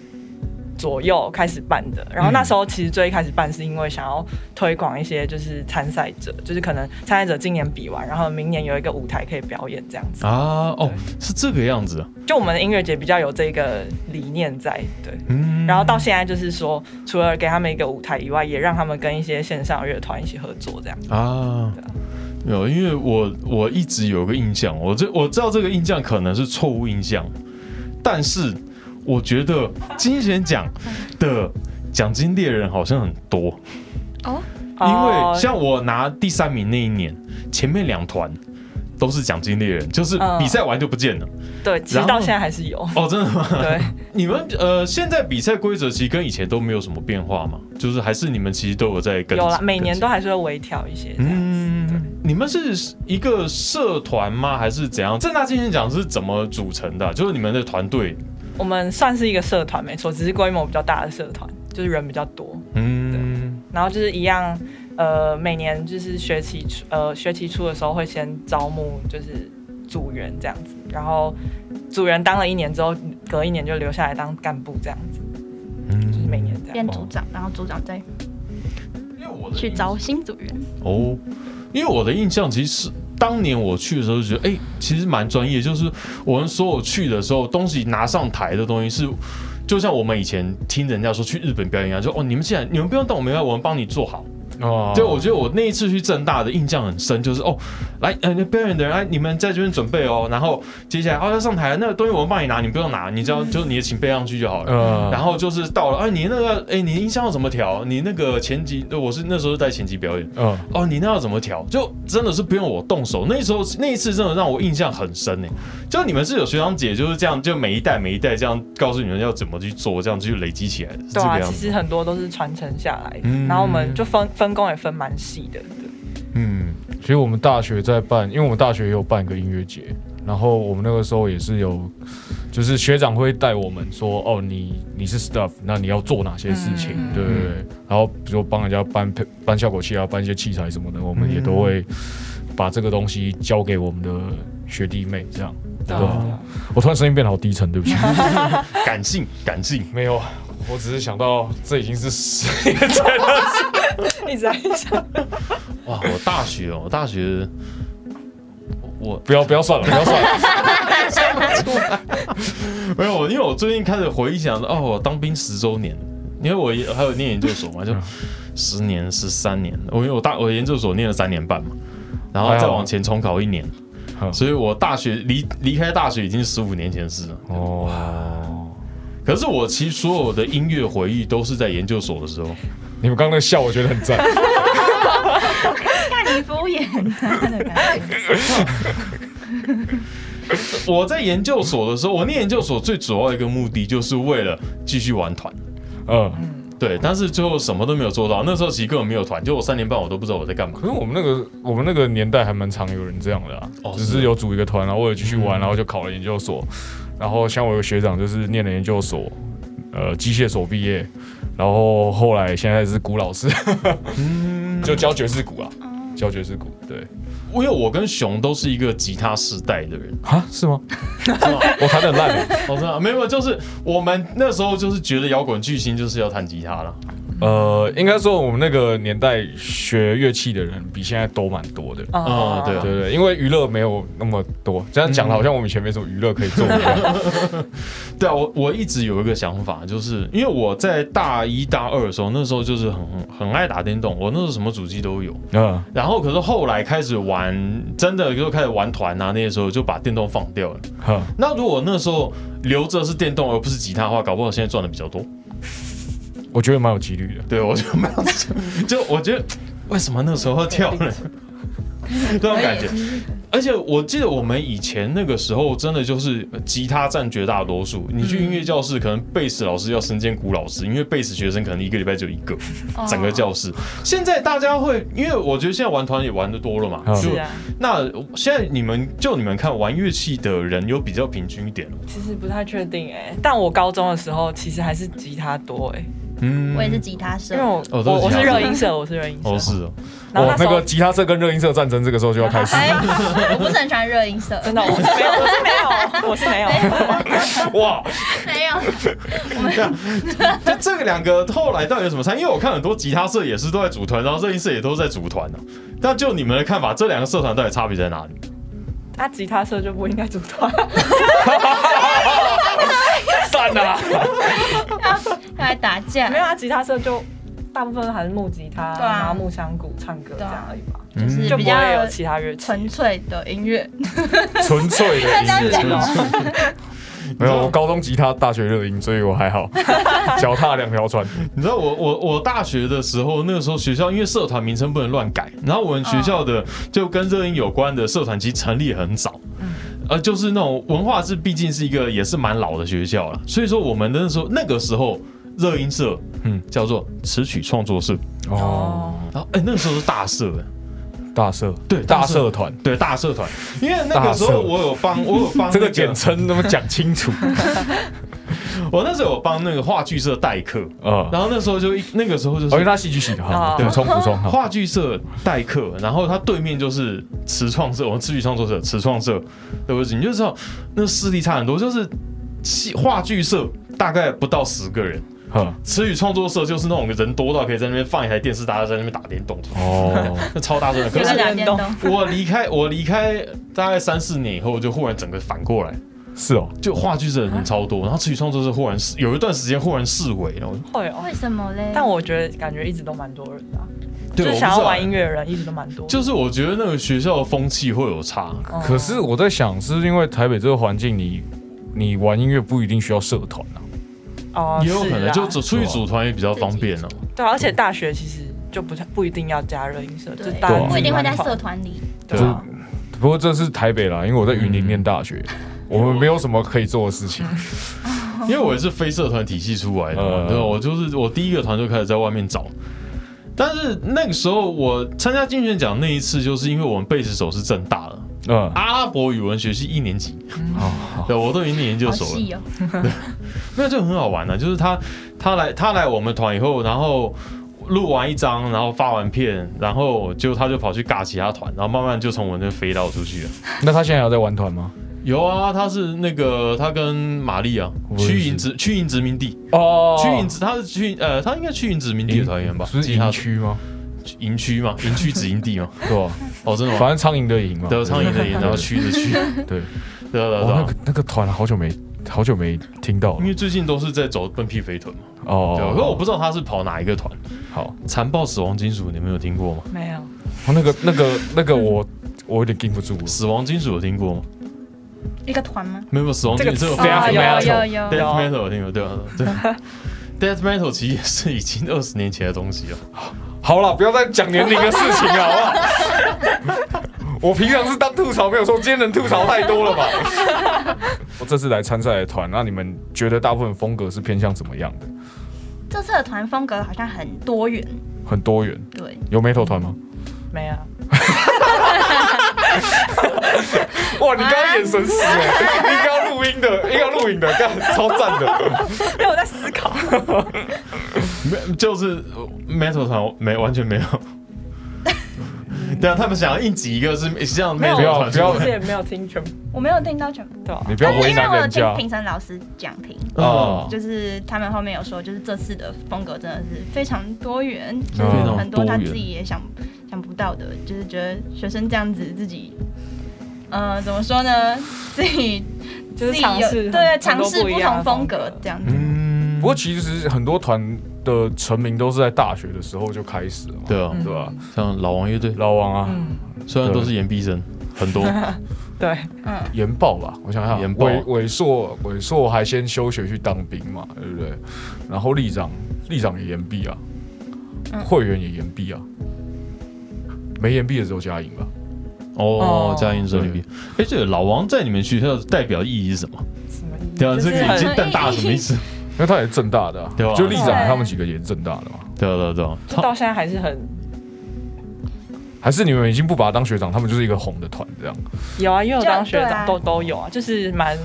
[SPEAKER 3] 左右开始办的。然后那时候其实最一开始办是因为想要推广一些就是参赛者，就是可能参赛者今年比完，然后明年有一个舞台可以表演这样子。
[SPEAKER 1] 啊，哦，是这个样子啊，
[SPEAKER 3] 就我们的音乐节比较有这个理念在，对。
[SPEAKER 1] 嗯，
[SPEAKER 3] 然后到现在就是说，除了给他们一个舞台以外，也让他们跟一些线上乐团一起合作这样。
[SPEAKER 1] 啊
[SPEAKER 3] 对啊，
[SPEAKER 1] 有，因为我我一直有个印象，我这我知道这个印象可能是错误印象，但是我觉得金选奖的奖金猎人好像很多，
[SPEAKER 4] 哦，
[SPEAKER 1] 因
[SPEAKER 3] 哦
[SPEAKER 1] 为像我拿第三名那一年，前面两团。都是奖金猎人，就是
[SPEAKER 3] 嗯
[SPEAKER 1] 比赛完就不见了。
[SPEAKER 3] 对，其实
[SPEAKER 1] 然后
[SPEAKER 3] 到现在还
[SPEAKER 1] [LAUGHS]
[SPEAKER 3] 是有。
[SPEAKER 1] 哦，真的吗？
[SPEAKER 3] 对，
[SPEAKER 1] 你们呃，现在比赛规则其实跟以前都没有什么变化嘛，就是还是你们其实都有在更
[SPEAKER 3] 有
[SPEAKER 1] 了
[SPEAKER 3] 啦，，每年都还是会微调一些这样子。对
[SPEAKER 1] 嗯，你们是一个社团吗？还是怎样？正大金选奖是怎么组成的啊、就是你们的团队，
[SPEAKER 3] 我们算是一个社团没错，只是规模比较大的社团，就是人比较多，
[SPEAKER 1] 嗯，
[SPEAKER 3] 然后就是一样，呃，每年就是学期初，呃，学期初的时候会先招募就是组员这样子，然后组员当了一年之后，隔一年就留下来当干部这样子，就是每
[SPEAKER 1] 嗯，
[SPEAKER 3] 年这样。
[SPEAKER 4] 变组长，然后组长再
[SPEAKER 1] 因为我的
[SPEAKER 4] 去招新组 [LAUGHS] 员。
[SPEAKER 1] 哦，因为我的印象其实当年我去的时候就觉得，哎、其实蛮专业，就是我们所有去的时候东西拿上台的东西是。就像我们以前听人家说去日本表演一样，就哦，你们既然你们不用动，我们要我们帮你做好。
[SPEAKER 2] 哦，
[SPEAKER 1] 对，我觉得我那一次去正大的印象很深，就是哦，来，呃，那表演的人，哎，你们在这边准备哦，然后接下来哦要上台了，那个东西我们帮你拿，你不用拿，你只要就是你的琴背上去就好了。
[SPEAKER 2] 呃
[SPEAKER 1] 然后就是到了，哎，你那个，哎，你音箱要怎么调？你那个前级，我是那时候是带前级表演，
[SPEAKER 2] 嗯，
[SPEAKER 1] 哦，你那要怎么调？就真的是不用我动手。那时候那一次真的让我印象很深呢。就你们是有学长姐就是这样，就每一代每一代这样告诉你们要怎么去做，这样去累积起来，是这
[SPEAKER 3] 对啊
[SPEAKER 1] 个，样
[SPEAKER 3] 其
[SPEAKER 1] 子
[SPEAKER 3] 实
[SPEAKER 1] 吗。
[SPEAKER 3] 很多都是传承下来的，
[SPEAKER 1] 嗯
[SPEAKER 3] 然后我们就分分工也分蛮细的，对，
[SPEAKER 1] 嗯，
[SPEAKER 2] 其实我们大学在办，因为我们大学也有办一个音乐节，然后我们那个时候也是有，就是学长会带我们说，哦，你你是 staff，那你要做哪些事情，
[SPEAKER 3] 嗯
[SPEAKER 2] 对对对，然后比如说帮人家搬配搬效果器啊，搬一些器材什么的，我们也
[SPEAKER 3] 嗯
[SPEAKER 2] 都会把这个东西交给我们的学弟妹这样。对
[SPEAKER 1] 啊
[SPEAKER 3] 哦
[SPEAKER 2] 啊，我突然声音变得好低沉，对不起。
[SPEAKER 1] 感性感性。
[SPEAKER 2] 没有，我只是想到这已经是十 [LAUGHS] 年前
[SPEAKER 3] [LAUGHS] 一直在想，
[SPEAKER 1] 哇，我大学哦，我大学，我
[SPEAKER 2] 不要不要算了，不要算
[SPEAKER 3] [LAUGHS]
[SPEAKER 2] 了。
[SPEAKER 1] 我没有，因为我最近开始回想哦，我当兵十周年，因为我也还有念研究所嘛，就十年十三年，我因为我大我研究所念了三年半嘛，然后再往前重考一年，
[SPEAKER 2] 嗯
[SPEAKER 1] 所以我大学离离开大学已经十五年前的事了。
[SPEAKER 2] 哦，
[SPEAKER 1] 可是我其实所有的音乐回忆都是在研究所的时候，
[SPEAKER 2] 你们刚刚那个笑，我觉得很赞。
[SPEAKER 4] 看你敷衍他的感觉，
[SPEAKER 1] 我在研究所的时候，我念研究所最主要一个目的就是为了继续玩团。
[SPEAKER 2] 嗯，
[SPEAKER 1] 对，但是最后什么都没有做到。那时候其实根本没有团，就我三年半我都不知道我在干嘛。
[SPEAKER 2] 可是我们那个我们那个年代还蛮常有人这样的啊，嗯
[SPEAKER 1] 哦
[SPEAKER 2] 只
[SPEAKER 1] 是
[SPEAKER 2] 是
[SPEAKER 1] 啊
[SPEAKER 2] 有组一个团，然后为了继续玩，然后就考了研究所。然后像我有个学长，就是念了研究所，呃，机械所毕业，然后后来现在是鼓老师， [LAUGHS] 就教爵士鼓啊，教爵士鼓。对
[SPEAKER 1] 因为我跟熊都是一个吉他世代的人，
[SPEAKER 2] 啊， [LAUGHS] 是吗？
[SPEAKER 1] 是吗？
[SPEAKER 2] 我弹的很烂 [LAUGHS] 欸。
[SPEAKER 1] 哦，真的啊没有，就是我们那时候就是觉得摇滚巨星就是要弹吉他了。
[SPEAKER 2] 呃，应该说我们那个年代学乐器的人比现在都蛮多的。
[SPEAKER 1] 哦对啊
[SPEAKER 2] 对对，因为娱乐没有那么多，这样讲的好像我们以前没什么娱乐可以做一样。
[SPEAKER 1] 对啊，我我一直有一个想法，就是因为我在大一大二的时候，那时候就是很很爱打电动，我那时候什么主机都有。
[SPEAKER 2] [LAUGHS] 嗯，
[SPEAKER 1] 然后可是后来开始玩，真的就开始玩团啊，那些时候就把电动放掉了。
[SPEAKER 2] 哼
[SPEAKER 1] 那如果那时候留着是电动而不是吉他的话，搞不好现在赚的比较多。
[SPEAKER 2] 我觉得蛮有几率的。
[SPEAKER 1] 对，我就没有，
[SPEAKER 4] [LAUGHS]
[SPEAKER 1] 就我觉得为什么那时候要跳呢？这种感觉，而且我记得我们以前那个时候，真的就是吉他占绝大多数。你去音乐教
[SPEAKER 4] 嗯
[SPEAKER 1] 室，可能贝斯老师要身兼鼓老师，因为贝斯学生可能一个礼拜就一个，
[SPEAKER 4] 哦
[SPEAKER 1] 整个教室。现在大家会，因为我觉得现在玩团也玩的多了嘛，
[SPEAKER 2] 嗯
[SPEAKER 1] 就是
[SPEAKER 3] 啊，
[SPEAKER 1] 那现在你们就你们看，玩乐器的人有比较平均一点了吗
[SPEAKER 3] 欸其实不太确定哎、但我高中的时候其实还是吉他多哎、
[SPEAKER 1] 嗯
[SPEAKER 4] 我也是吉他社
[SPEAKER 3] 因为，我
[SPEAKER 1] 哦都
[SPEAKER 3] 我
[SPEAKER 1] 是
[SPEAKER 3] 我
[SPEAKER 1] 吉他社
[SPEAKER 3] 是热音社，我是热音社，
[SPEAKER 1] 哦是
[SPEAKER 4] [LAUGHS]
[SPEAKER 1] 哦，
[SPEAKER 3] 然后
[SPEAKER 2] 哦
[SPEAKER 3] 那，时
[SPEAKER 2] 那
[SPEAKER 3] 候
[SPEAKER 2] 个吉他社跟热音社战争，这个时候就要
[SPEAKER 3] [LAUGHS]
[SPEAKER 2] 开始。
[SPEAKER 4] 哎，我不是很喜欢热音社，
[SPEAKER 3] 真的我是没有，我是没有，我是没有，
[SPEAKER 4] [LAUGHS]
[SPEAKER 1] 哇，
[SPEAKER 4] 没有，
[SPEAKER 1] 那这个两个后来到底有什么差？因为我看很多吉他社也是都在组团，然后热音社也都在组团呢、但就你们的看法，这两个社团到底差别在哪里？
[SPEAKER 3] 他啊吉他社就不应该组团，
[SPEAKER 2] 散啦！
[SPEAKER 4] 要来打架
[SPEAKER 3] 没，有啊，吉他社就大部分还是木吉他，
[SPEAKER 4] 对啊
[SPEAKER 3] 然后木香鼓、唱歌这样而已吧，
[SPEAKER 1] 嗯
[SPEAKER 4] 就是
[SPEAKER 3] 就
[SPEAKER 4] 比
[SPEAKER 3] 不会有
[SPEAKER 4] 较
[SPEAKER 3] 其他乐器。
[SPEAKER 4] 纯粹的音乐，
[SPEAKER 2] 纯粹
[SPEAKER 3] [LAUGHS]
[SPEAKER 2] 的音乐。
[SPEAKER 3] 是
[SPEAKER 2] [LAUGHS]
[SPEAKER 3] 哦，
[SPEAKER 2] 没有，我高中吉他，大学热音，所以我还好，脚踏两条船。
[SPEAKER 1] 你知道我我我大学的时候，那个时候学校因为社团名称不能乱改，然后我们学校的就跟热音有关的社团其实成立很早，呃，就是那种文化是毕竟是一个也是蛮老的学校了，所以说我们那时候那个时候热音社，嗯
[SPEAKER 2] 嗯，
[SPEAKER 1] 叫做词曲创作社，
[SPEAKER 2] 哦，
[SPEAKER 1] 然后哎、那个时候是大社的。
[SPEAKER 2] 大社
[SPEAKER 1] 对
[SPEAKER 2] 大社团，
[SPEAKER 1] 对大社团，因为那个时候
[SPEAKER 2] 大社
[SPEAKER 1] 我有帮，我有
[SPEAKER 2] [LAUGHS]
[SPEAKER 1] 帮、
[SPEAKER 2] 这
[SPEAKER 1] 个
[SPEAKER 2] 个简称他妈讲清楚
[SPEAKER 1] 我那时候有帮那个话剧社代课，
[SPEAKER 2] 啊。
[SPEAKER 1] 然后那时候就一那个时候就
[SPEAKER 2] 哦，因为
[SPEAKER 1] 是
[SPEAKER 2] 他戏剧系的哈，
[SPEAKER 3] 哦
[SPEAKER 2] 补充补充
[SPEAKER 1] [LAUGHS]
[SPEAKER 2] 哈。
[SPEAKER 1] 话剧社代课，然后他对面就是词创社，我们词曲创作社，词创社对不起，你就知道那势力差很多，就是戏话剧社大概不到十个人，
[SPEAKER 2] 呵
[SPEAKER 1] 词语创作社就是那种人多到可以在那边放一台电视，大家在那边打电动，
[SPEAKER 2] 哦，
[SPEAKER 1] 那超大声的。可
[SPEAKER 4] [LAUGHS] 就是
[SPEAKER 1] 是
[SPEAKER 4] 打电
[SPEAKER 3] 可
[SPEAKER 4] 动，
[SPEAKER 1] 我离开我离开大概三四年以后，我就忽然整个反过来。
[SPEAKER 2] 是哦，
[SPEAKER 1] 就话剧社的人超
[SPEAKER 3] 啊
[SPEAKER 1] 多，然后词语创作社忽然有一段时间忽然视为，然后我
[SPEAKER 3] 会哦。
[SPEAKER 4] 为什么嘞？
[SPEAKER 3] 但我觉得感觉一直都蛮多人的啊，就
[SPEAKER 1] 对，我
[SPEAKER 3] 是
[SPEAKER 1] 不
[SPEAKER 3] 想要
[SPEAKER 1] 知道欸
[SPEAKER 3] 玩音乐的人一直都蛮多的。
[SPEAKER 1] 就是我觉得那个学校的风气会有差，
[SPEAKER 3] 嗯
[SPEAKER 2] 可是我在想，是不是因为台北这个环境，你你玩音乐不一定需要社团啊。
[SPEAKER 3] 哦，
[SPEAKER 1] 也有可
[SPEAKER 3] 是
[SPEAKER 1] 能
[SPEAKER 3] 啊
[SPEAKER 1] 就只出去组团也比较方便了、
[SPEAKER 3] 对啊，而且大学其实就不太不一定要加热音社，就是
[SPEAKER 4] 对
[SPEAKER 3] 大家自己
[SPEAKER 4] 不一定会在
[SPEAKER 3] 玩团
[SPEAKER 4] 社团里，
[SPEAKER 3] 对啊，
[SPEAKER 2] 不过这是台北啦，因为我在云林念大学，我们没有什么可以做的事情。
[SPEAKER 1] 因为我也是非社团体系出来的嘛，
[SPEAKER 2] 嗯
[SPEAKER 1] 对吧？啊我就是我第一个团就开始在外面找。但是那个时候我参加金选奖那一次，就是因为我们贝斯手是正大的
[SPEAKER 2] 嗯，
[SPEAKER 1] 阿拉伯语文学系一年级，
[SPEAKER 2] 好好，
[SPEAKER 1] 对我都已经念研究
[SPEAKER 4] 好
[SPEAKER 1] 所了，
[SPEAKER 4] 细哦，
[SPEAKER 1] 那就很好玩啊，就是他他来他来我们团以后，然后录完一张，然后发完片，然后就他就跑去尬其他团，然后慢慢就从我那飞到出去了。
[SPEAKER 2] 那他现在还有在玩团吗？
[SPEAKER 1] 有啊，他是那个他跟玛丽啊，
[SPEAKER 2] 我也是
[SPEAKER 1] 区营殖区营殖民地，
[SPEAKER 2] 哦
[SPEAKER 1] 区营殖他是区呃他应该区营殖民地的团员吧？
[SPEAKER 2] 不是
[SPEAKER 1] 吉他
[SPEAKER 2] 营区吗？
[SPEAKER 1] 营哦区嘛，营区指营地 [LAUGHS] 嘛。
[SPEAKER 2] 对吧？
[SPEAKER 1] 哦，真的吗？
[SPEAKER 2] 反正苍蝇的蝇嘛，
[SPEAKER 1] 对，苍蝇的营，然后区的 [LAUGHS] 区，
[SPEAKER 2] 对。
[SPEAKER 1] 对啊对啊对
[SPEAKER 2] 哦，那
[SPEAKER 1] 啊
[SPEAKER 2] 个。那个团好久没好久没听到
[SPEAKER 1] 因
[SPEAKER 2] 了
[SPEAKER 1] 为最近都是在走奔屁肥臀嘛，对啊，可是我
[SPEAKER 2] 哦。
[SPEAKER 1] 不知道他是跑哪一个团，
[SPEAKER 2] 好，
[SPEAKER 1] 残暴死亡金属你们有听过吗？
[SPEAKER 3] 没有
[SPEAKER 2] 哦那个那个那个我我有点禁不住了。
[SPEAKER 1] 死亡金属有听过吗？
[SPEAKER 4] 一个团吗？
[SPEAKER 1] 没有没有死亡金属
[SPEAKER 2] 这
[SPEAKER 1] 这
[SPEAKER 2] 个
[SPEAKER 1] 个
[SPEAKER 2] 对啊
[SPEAKER 4] 哦
[SPEAKER 2] Death
[SPEAKER 4] 有
[SPEAKER 2] metal
[SPEAKER 4] 有有，
[SPEAKER 1] death metal 有听过对啊对 [LAUGHS] 啊。Death metal 其实也是已经二十年前的东西了。
[SPEAKER 2] 好了，不要再讲年龄的事情了，好不好？ [LAUGHS] 我平常是当吐槽，没有说今天能吐槽太多了吧？ [LAUGHS] 我这次来参赛的团，那你们觉得大部分风格是偏向怎么样的？
[SPEAKER 4] 这次的团风格好像很多元，
[SPEAKER 2] 很多元，
[SPEAKER 4] 对，
[SPEAKER 2] 有 metal 团吗？
[SPEAKER 3] 没有， [LAUGHS]
[SPEAKER 2] [LAUGHS] 哇，你刚刚眼神死
[SPEAKER 4] [LAUGHS]
[SPEAKER 2] 哎、你刚刚录音的，你刚刚录影的，干超赞的。
[SPEAKER 3] 因为我在思考，
[SPEAKER 1] 没，就是 metal 团没完全没有。 [LAUGHS] 对啊，他们想要硬挤一个是像
[SPEAKER 3] 没有
[SPEAKER 1] metal 团
[SPEAKER 2] 不要
[SPEAKER 3] 我自己也没有听全部，
[SPEAKER 4] 我没有听到全部。
[SPEAKER 3] 对啊吧
[SPEAKER 2] [LAUGHS] 你？不要
[SPEAKER 4] 但是
[SPEAKER 2] 为
[SPEAKER 4] 啊因为
[SPEAKER 2] 难
[SPEAKER 4] 我有
[SPEAKER 2] 人
[SPEAKER 4] 听
[SPEAKER 2] 家
[SPEAKER 4] 评审老师讲评，
[SPEAKER 1] 啊
[SPEAKER 2] 啊，
[SPEAKER 4] 就是他们后面有说，就是这次的风格真的是非常多元，就
[SPEAKER 2] 非
[SPEAKER 4] 是
[SPEAKER 1] 常
[SPEAKER 4] 很多
[SPEAKER 1] 多
[SPEAKER 4] 他
[SPEAKER 1] 元
[SPEAKER 4] 自己也想想不到的，就是觉得学生这样子自己，呃，怎么说呢，自己
[SPEAKER 3] 就是
[SPEAKER 4] 自己
[SPEAKER 3] 尝
[SPEAKER 4] 有
[SPEAKER 3] 试很
[SPEAKER 4] 对
[SPEAKER 3] 很
[SPEAKER 4] 尝
[SPEAKER 3] 多
[SPEAKER 4] 试
[SPEAKER 3] 不一
[SPEAKER 4] 不
[SPEAKER 3] 样的
[SPEAKER 4] 同风
[SPEAKER 3] 风
[SPEAKER 4] 格
[SPEAKER 3] 格
[SPEAKER 4] 这样子。
[SPEAKER 1] 嗯，
[SPEAKER 2] 不过其实很多团的成名都是在大学的时候就开始了嘛，
[SPEAKER 1] 对啊，
[SPEAKER 3] 嗯
[SPEAKER 2] 对吧？
[SPEAKER 1] 像老王乐队，
[SPEAKER 2] 老王啊，
[SPEAKER 3] 嗯，
[SPEAKER 1] 虽然都是岩壁声，很多
[SPEAKER 3] 对，
[SPEAKER 4] 嗯，
[SPEAKER 2] 研报吧，我想想，
[SPEAKER 1] 研报
[SPEAKER 2] 伟伟硕伟硕还先休学去当兵嘛，对不对？然后立长立长也延毕啊，
[SPEAKER 4] 嗯
[SPEAKER 2] 会员也延毕啊，没延毕的只有嘉颖吧？
[SPEAKER 1] 哦
[SPEAKER 3] 哦，
[SPEAKER 1] 嘉音这里。哎，这个老王在你们学校的代表意义是什么？
[SPEAKER 3] 什么意思？
[SPEAKER 1] 对啊，
[SPEAKER 3] 就
[SPEAKER 1] 这
[SPEAKER 3] 是
[SPEAKER 1] 个已
[SPEAKER 3] 很
[SPEAKER 1] 经瞪大什么意思？
[SPEAKER 2] 因为他也是正大的、啊，
[SPEAKER 1] 对啊
[SPEAKER 2] 就立长
[SPEAKER 4] 对
[SPEAKER 2] 他们几个也是正大的嘛。
[SPEAKER 1] 对啊对啊对啊，
[SPEAKER 3] 就到现在还是很
[SPEAKER 2] 还是你们已经不把他当学长，他们就是一个红的团这样。
[SPEAKER 3] 有啊，因为我
[SPEAKER 4] 就
[SPEAKER 3] 当学
[SPEAKER 4] 对
[SPEAKER 3] 长
[SPEAKER 4] 啊
[SPEAKER 3] 都都有啊，就是蛮。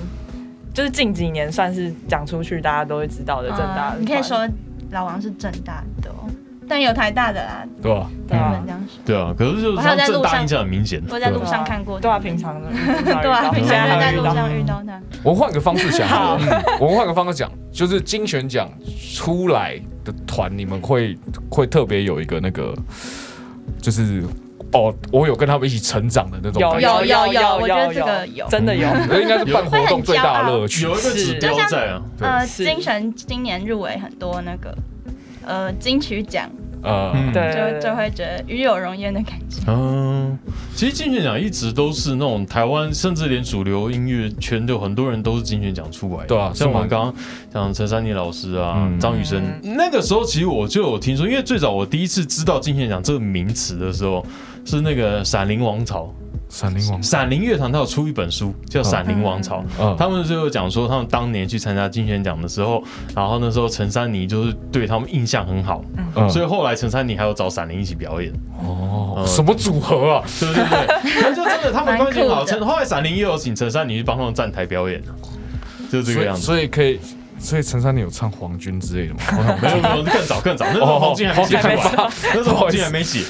[SPEAKER 3] 就是近几年算是讲出去，大家都会知道的正大
[SPEAKER 4] 呃
[SPEAKER 3] 的团、啊
[SPEAKER 4] 你可以说老王是正大的哦，但有台大的啦，
[SPEAKER 2] 对吧？
[SPEAKER 3] 对
[SPEAKER 4] 不
[SPEAKER 3] 啊
[SPEAKER 4] 能这样说。
[SPEAKER 1] 对啊，可是就是
[SPEAKER 4] 我还有
[SPEAKER 1] 像
[SPEAKER 4] 在
[SPEAKER 1] 正
[SPEAKER 4] 路
[SPEAKER 1] 大
[SPEAKER 4] 上
[SPEAKER 1] 印象很明显，
[SPEAKER 4] 我在路上看过他，
[SPEAKER 3] 对啊，平
[SPEAKER 4] [LAUGHS]
[SPEAKER 3] 常的对
[SPEAKER 4] 对啊，平
[SPEAKER 3] 现
[SPEAKER 4] 常
[SPEAKER 3] 在
[SPEAKER 4] 就在
[SPEAKER 3] 还会
[SPEAKER 4] 路
[SPEAKER 3] 遇到。
[SPEAKER 4] 上遇到他。
[SPEAKER 2] 我换个方式想好了，嗯我换个方式讲，就是金选奖出来的团，你们会会特别有一个那个，就是哦，我有跟他们一起成长的那种感觉，
[SPEAKER 4] 有有有我觉得
[SPEAKER 3] 有
[SPEAKER 4] 这个有
[SPEAKER 3] 真的有。
[SPEAKER 2] 那应该是办活动最大的乐趣
[SPEAKER 1] 有。一个指标在啊，
[SPEAKER 2] 对
[SPEAKER 4] 呃，
[SPEAKER 3] 是
[SPEAKER 4] 精神今年入围很多那个呃金曲奖，
[SPEAKER 2] 呃，
[SPEAKER 1] 嗯
[SPEAKER 3] 对
[SPEAKER 4] 就就会觉得与有荣焉的感觉。 [LAUGHS]
[SPEAKER 1] 嗯，其实金曲奖一直都是那种台湾，甚至连主流音乐圈的很多人都是金曲奖出来的。
[SPEAKER 2] 对啊
[SPEAKER 1] 像我
[SPEAKER 2] 是吗
[SPEAKER 1] 们刚刚讲陈珊妮老师啊、
[SPEAKER 2] 嗯
[SPEAKER 1] 张雨生，那个时候其实我就有听说，因为最早我第一次知道金曲奖这个名词的时候，是那个《闪灵王朝》，
[SPEAKER 2] 闪灵王，
[SPEAKER 1] 闪灵乐团它有出一本书叫《闪灵王朝》。
[SPEAKER 2] 嗯，
[SPEAKER 1] 他们就有讲说，他们当年去参加金选奖的时候，然后那时候陈珊妮就是对他们印象很好，
[SPEAKER 2] 嗯
[SPEAKER 1] 所以后来陈珊妮还有找闪灵一起表演。
[SPEAKER 2] 哦
[SPEAKER 1] 嗯，
[SPEAKER 2] 什么组合啊？
[SPEAKER 1] 对对对，他就真的他们关系很好。
[SPEAKER 4] 蛮酷的
[SPEAKER 1] 陈后来闪灵也有请陈珊妮去帮他们站台表演，就这
[SPEAKER 2] 所
[SPEAKER 1] 个
[SPEAKER 2] 以
[SPEAKER 1] 样子。
[SPEAKER 2] 所以可以，所以陈珊妮有唱黄军之类的吗？我 [LAUGHS] 想
[SPEAKER 1] 没有没有，更早更早，那时候黄金还没写出来，那时候黄金还没写。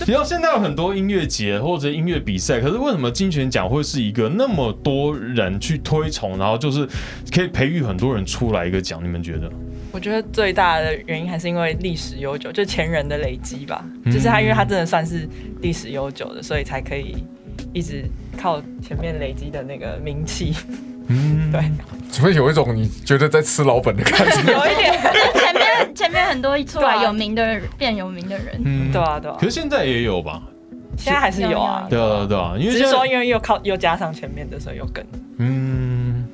[SPEAKER 1] 你知道现在有很多音乐节或者音乐比赛，可是为什么金曲奖会是一个那么多人去推崇，然后就是可以培育很多人出来一个奖？你们觉得？
[SPEAKER 3] 我觉得最大的原因还是因为历史悠久，就前人的累积吧。
[SPEAKER 1] 嗯
[SPEAKER 3] 就是他，因为他真的算是历史悠久的，所以才可以一直靠前面累积的那个名气。
[SPEAKER 1] 嗯，
[SPEAKER 3] 对，
[SPEAKER 2] 怎么有一种你觉得在吃老本的感
[SPEAKER 1] [LAUGHS]
[SPEAKER 2] 觉？
[SPEAKER 3] 有一点，
[SPEAKER 4] 前面前面很多出
[SPEAKER 3] 对
[SPEAKER 4] 来
[SPEAKER 3] 啊
[SPEAKER 4] 有名的人变有名的人，
[SPEAKER 1] 嗯
[SPEAKER 3] 对。啊，对啊
[SPEAKER 1] 可，是现在也有吧？
[SPEAKER 3] 现在还是有啊。
[SPEAKER 1] 对啊，对啊，因为
[SPEAKER 3] 只
[SPEAKER 1] 现
[SPEAKER 3] 是
[SPEAKER 1] 在
[SPEAKER 3] 说，因为又靠又加上前面的，所以又更
[SPEAKER 1] 嗯，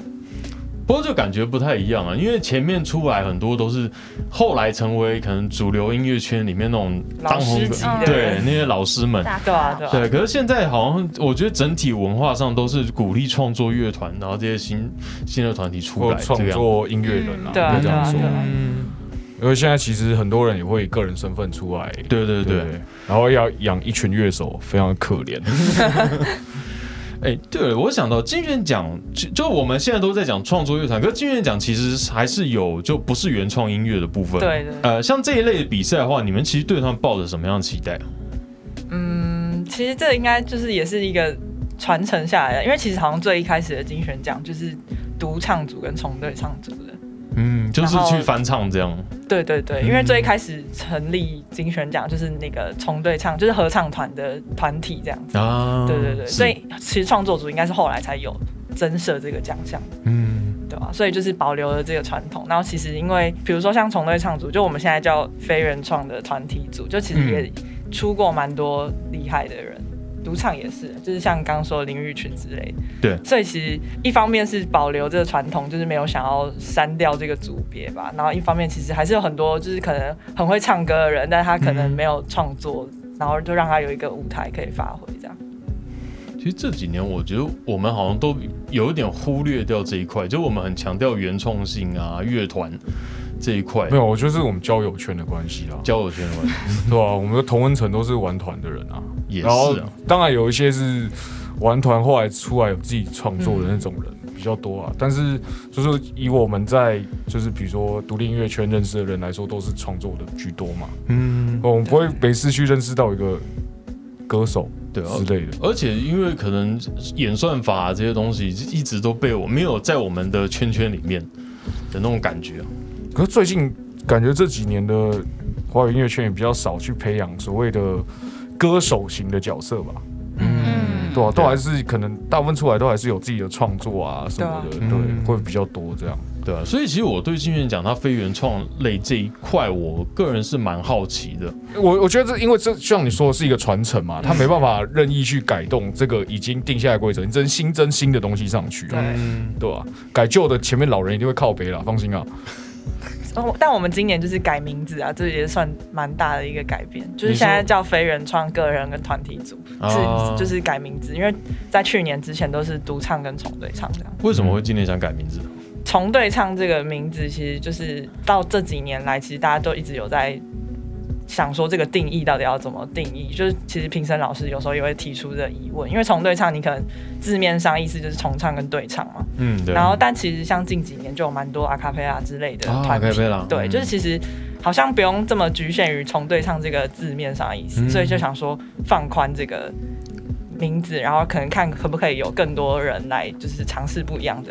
[SPEAKER 1] 不过就感觉不太一样啊，因为前面出来很多都是后来成为可能主流音乐圈里面那种当
[SPEAKER 3] 老
[SPEAKER 1] 红
[SPEAKER 3] 师
[SPEAKER 1] 的
[SPEAKER 3] 级
[SPEAKER 4] 嗯
[SPEAKER 3] 的
[SPEAKER 1] 对
[SPEAKER 3] 人。
[SPEAKER 1] 那些老师们。
[SPEAKER 4] 大咖
[SPEAKER 3] 对啊，对啊，
[SPEAKER 1] 对，可是现在好像我觉得整体文化上都是鼓励创作乐团，然后这些新新的团体出
[SPEAKER 2] 或
[SPEAKER 1] 来
[SPEAKER 2] 创
[SPEAKER 1] 这样。
[SPEAKER 2] 作音乐人啊，
[SPEAKER 3] 对啊
[SPEAKER 2] 应该这样说
[SPEAKER 3] 对啊对啊。
[SPEAKER 1] 嗯，
[SPEAKER 2] 因为现在其实很多人也会以个人身份出来，
[SPEAKER 1] 对对对。
[SPEAKER 2] 然后要养一群乐手，非常可怜。
[SPEAKER 1] 哎、对了，我想到金选奖，就就我们现在都在讲创作乐团，可是金选奖其实还是有就不是原创音乐的部分。
[SPEAKER 3] 对对
[SPEAKER 1] 呃，像这一类的比赛的话，你们其实对他们抱着什么样的期待？
[SPEAKER 3] 嗯，其实这应该就是也是一个传承下来的，因为其实好像最一开始的金选奖就是独唱组跟重对唱组的。
[SPEAKER 1] 嗯，就是
[SPEAKER 3] 然后
[SPEAKER 1] 去翻唱这样。
[SPEAKER 3] 对对对，因为最一开始成立金选奖就是那个重对唱，就是合唱团的团体这样子。
[SPEAKER 1] 啊，
[SPEAKER 3] 对对对，
[SPEAKER 1] 是
[SPEAKER 3] 所以其实创作组应该是后来才有增设这个奖项，
[SPEAKER 1] 嗯
[SPEAKER 3] 对吧、啊所以就是保留了这个传统。然后其实因为比如说像重对唱组，就我们现在叫非原创的团体组，就其实也
[SPEAKER 1] 嗯
[SPEAKER 3] 出过蛮多厉害的人。独唱也是，就是像刚说的林育群之类的，
[SPEAKER 1] 对
[SPEAKER 3] 所以其实一方面是保留这个传统，就是没有想要删掉这个组别吧。然后一方面其实还是有很多就是可能很会唱歌的人，但他可能
[SPEAKER 1] 嗯
[SPEAKER 3] 没有创作，然后就让他有一个舞台可以发挥这样。
[SPEAKER 1] 其实这几年我觉得我们好像都有一点忽略掉这一块，就我们很强调原创性啊、乐团这一块
[SPEAKER 2] 没。有，我觉得是我们交友圈的关系
[SPEAKER 1] [LAUGHS]
[SPEAKER 2] 啦，
[SPEAKER 1] 交友圈
[SPEAKER 2] [LAUGHS]
[SPEAKER 1] 玩
[SPEAKER 2] 对啊，我们的同温层都是玩团的人啊，
[SPEAKER 1] 也是
[SPEAKER 2] 然后
[SPEAKER 1] 啊，
[SPEAKER 2] 当然有一些是玩团后来出来有自己创作的那种人。比较多啊，但是就是以我们在就是比如说独立音乐圈认识的人来说，都是创作的居多嘛。
[SPEAKER 1] 嗯，
[SPEAKER 2] 我们不会每次去认识到一个歌手
[SPEAKER 1] 对啊
[SPEAKER 2] 之。类的。
[SPEAKER 1] 而且因为可能演算法、这些东西一直都被我没有在我们的圈圈里面的那种感觉、啊。
[SPEAKER 2] 可是最近感觉这几年的华语音乐圈也比较少去培养所谓的歌手型的角色吧，
[SPEAKER 4] 嗯，
[SPEAKER 2] 对啊，
[SPEAKER 1] 对
[SPEAKER 2] 都还是可能大部分出来都还是有自己的创作啊什么的，
[SPEAKER 1] 对啊嗯
[SPEAKER 2] 对，会比较多这样。
[SPEAKER 1] 对啊，所以其实我对金源奖它非原创类这一块，我个人是蛮好奇的。
[SPEAKER 2] 我我觉得这因为这像你说的是一个传承嘛，他没办法任意去改动这个已经定下来的规则，你真新增新的东西上去啊，
[SPEAKER 1] 嗯，
[SPEAKER 2] 对吧、改旧的前面老人一定会靠背啦，放心啊。
[SPEAKER 3] 哦，但我们今年就是改名字啊，这也算蛮大的一个改变，就是
[SPEAKER 1] 你说
[SPEAKER 3] 现在叫非原创个人跟团体组，
[SPEAKER 1] 啊
[SPEAKER 3] 是就是改名字，因为在去年之前都是独唱跟重对唱这样。
[SPEAKER 1] 为什么会今年想改名字？
[SPEAKER 3] 重对唱这个名字其实就是到这几年来，其实大家都一直有在想说这个定义到底要怎么定义，就是其实评审老师有时候也会提出这疑问，因为重对唱你可能字面上意思就是重唱跟对唱嘛，
[SPEAKER 1] 嗯，对。
[SPEAKER 3] 然后但其实像近几年就有蛮多阿卡贝拉之类的
[SPEAKER 1] 啊
[SPEAKER 3] 团体，
[SPEAKER 1] acapella，
[SPEAKER 3] 对，
[SPEAKER 1] 嗯
[SPEAKER 3] 就是其实好像不用这么局限于重对唱这个字面上的意思，
[SPEAKER 1] 嗯
[SPEAKER 3] 所以就想说放宽这个名字，然后可能看可不可以有更多人来就是尝试不一样的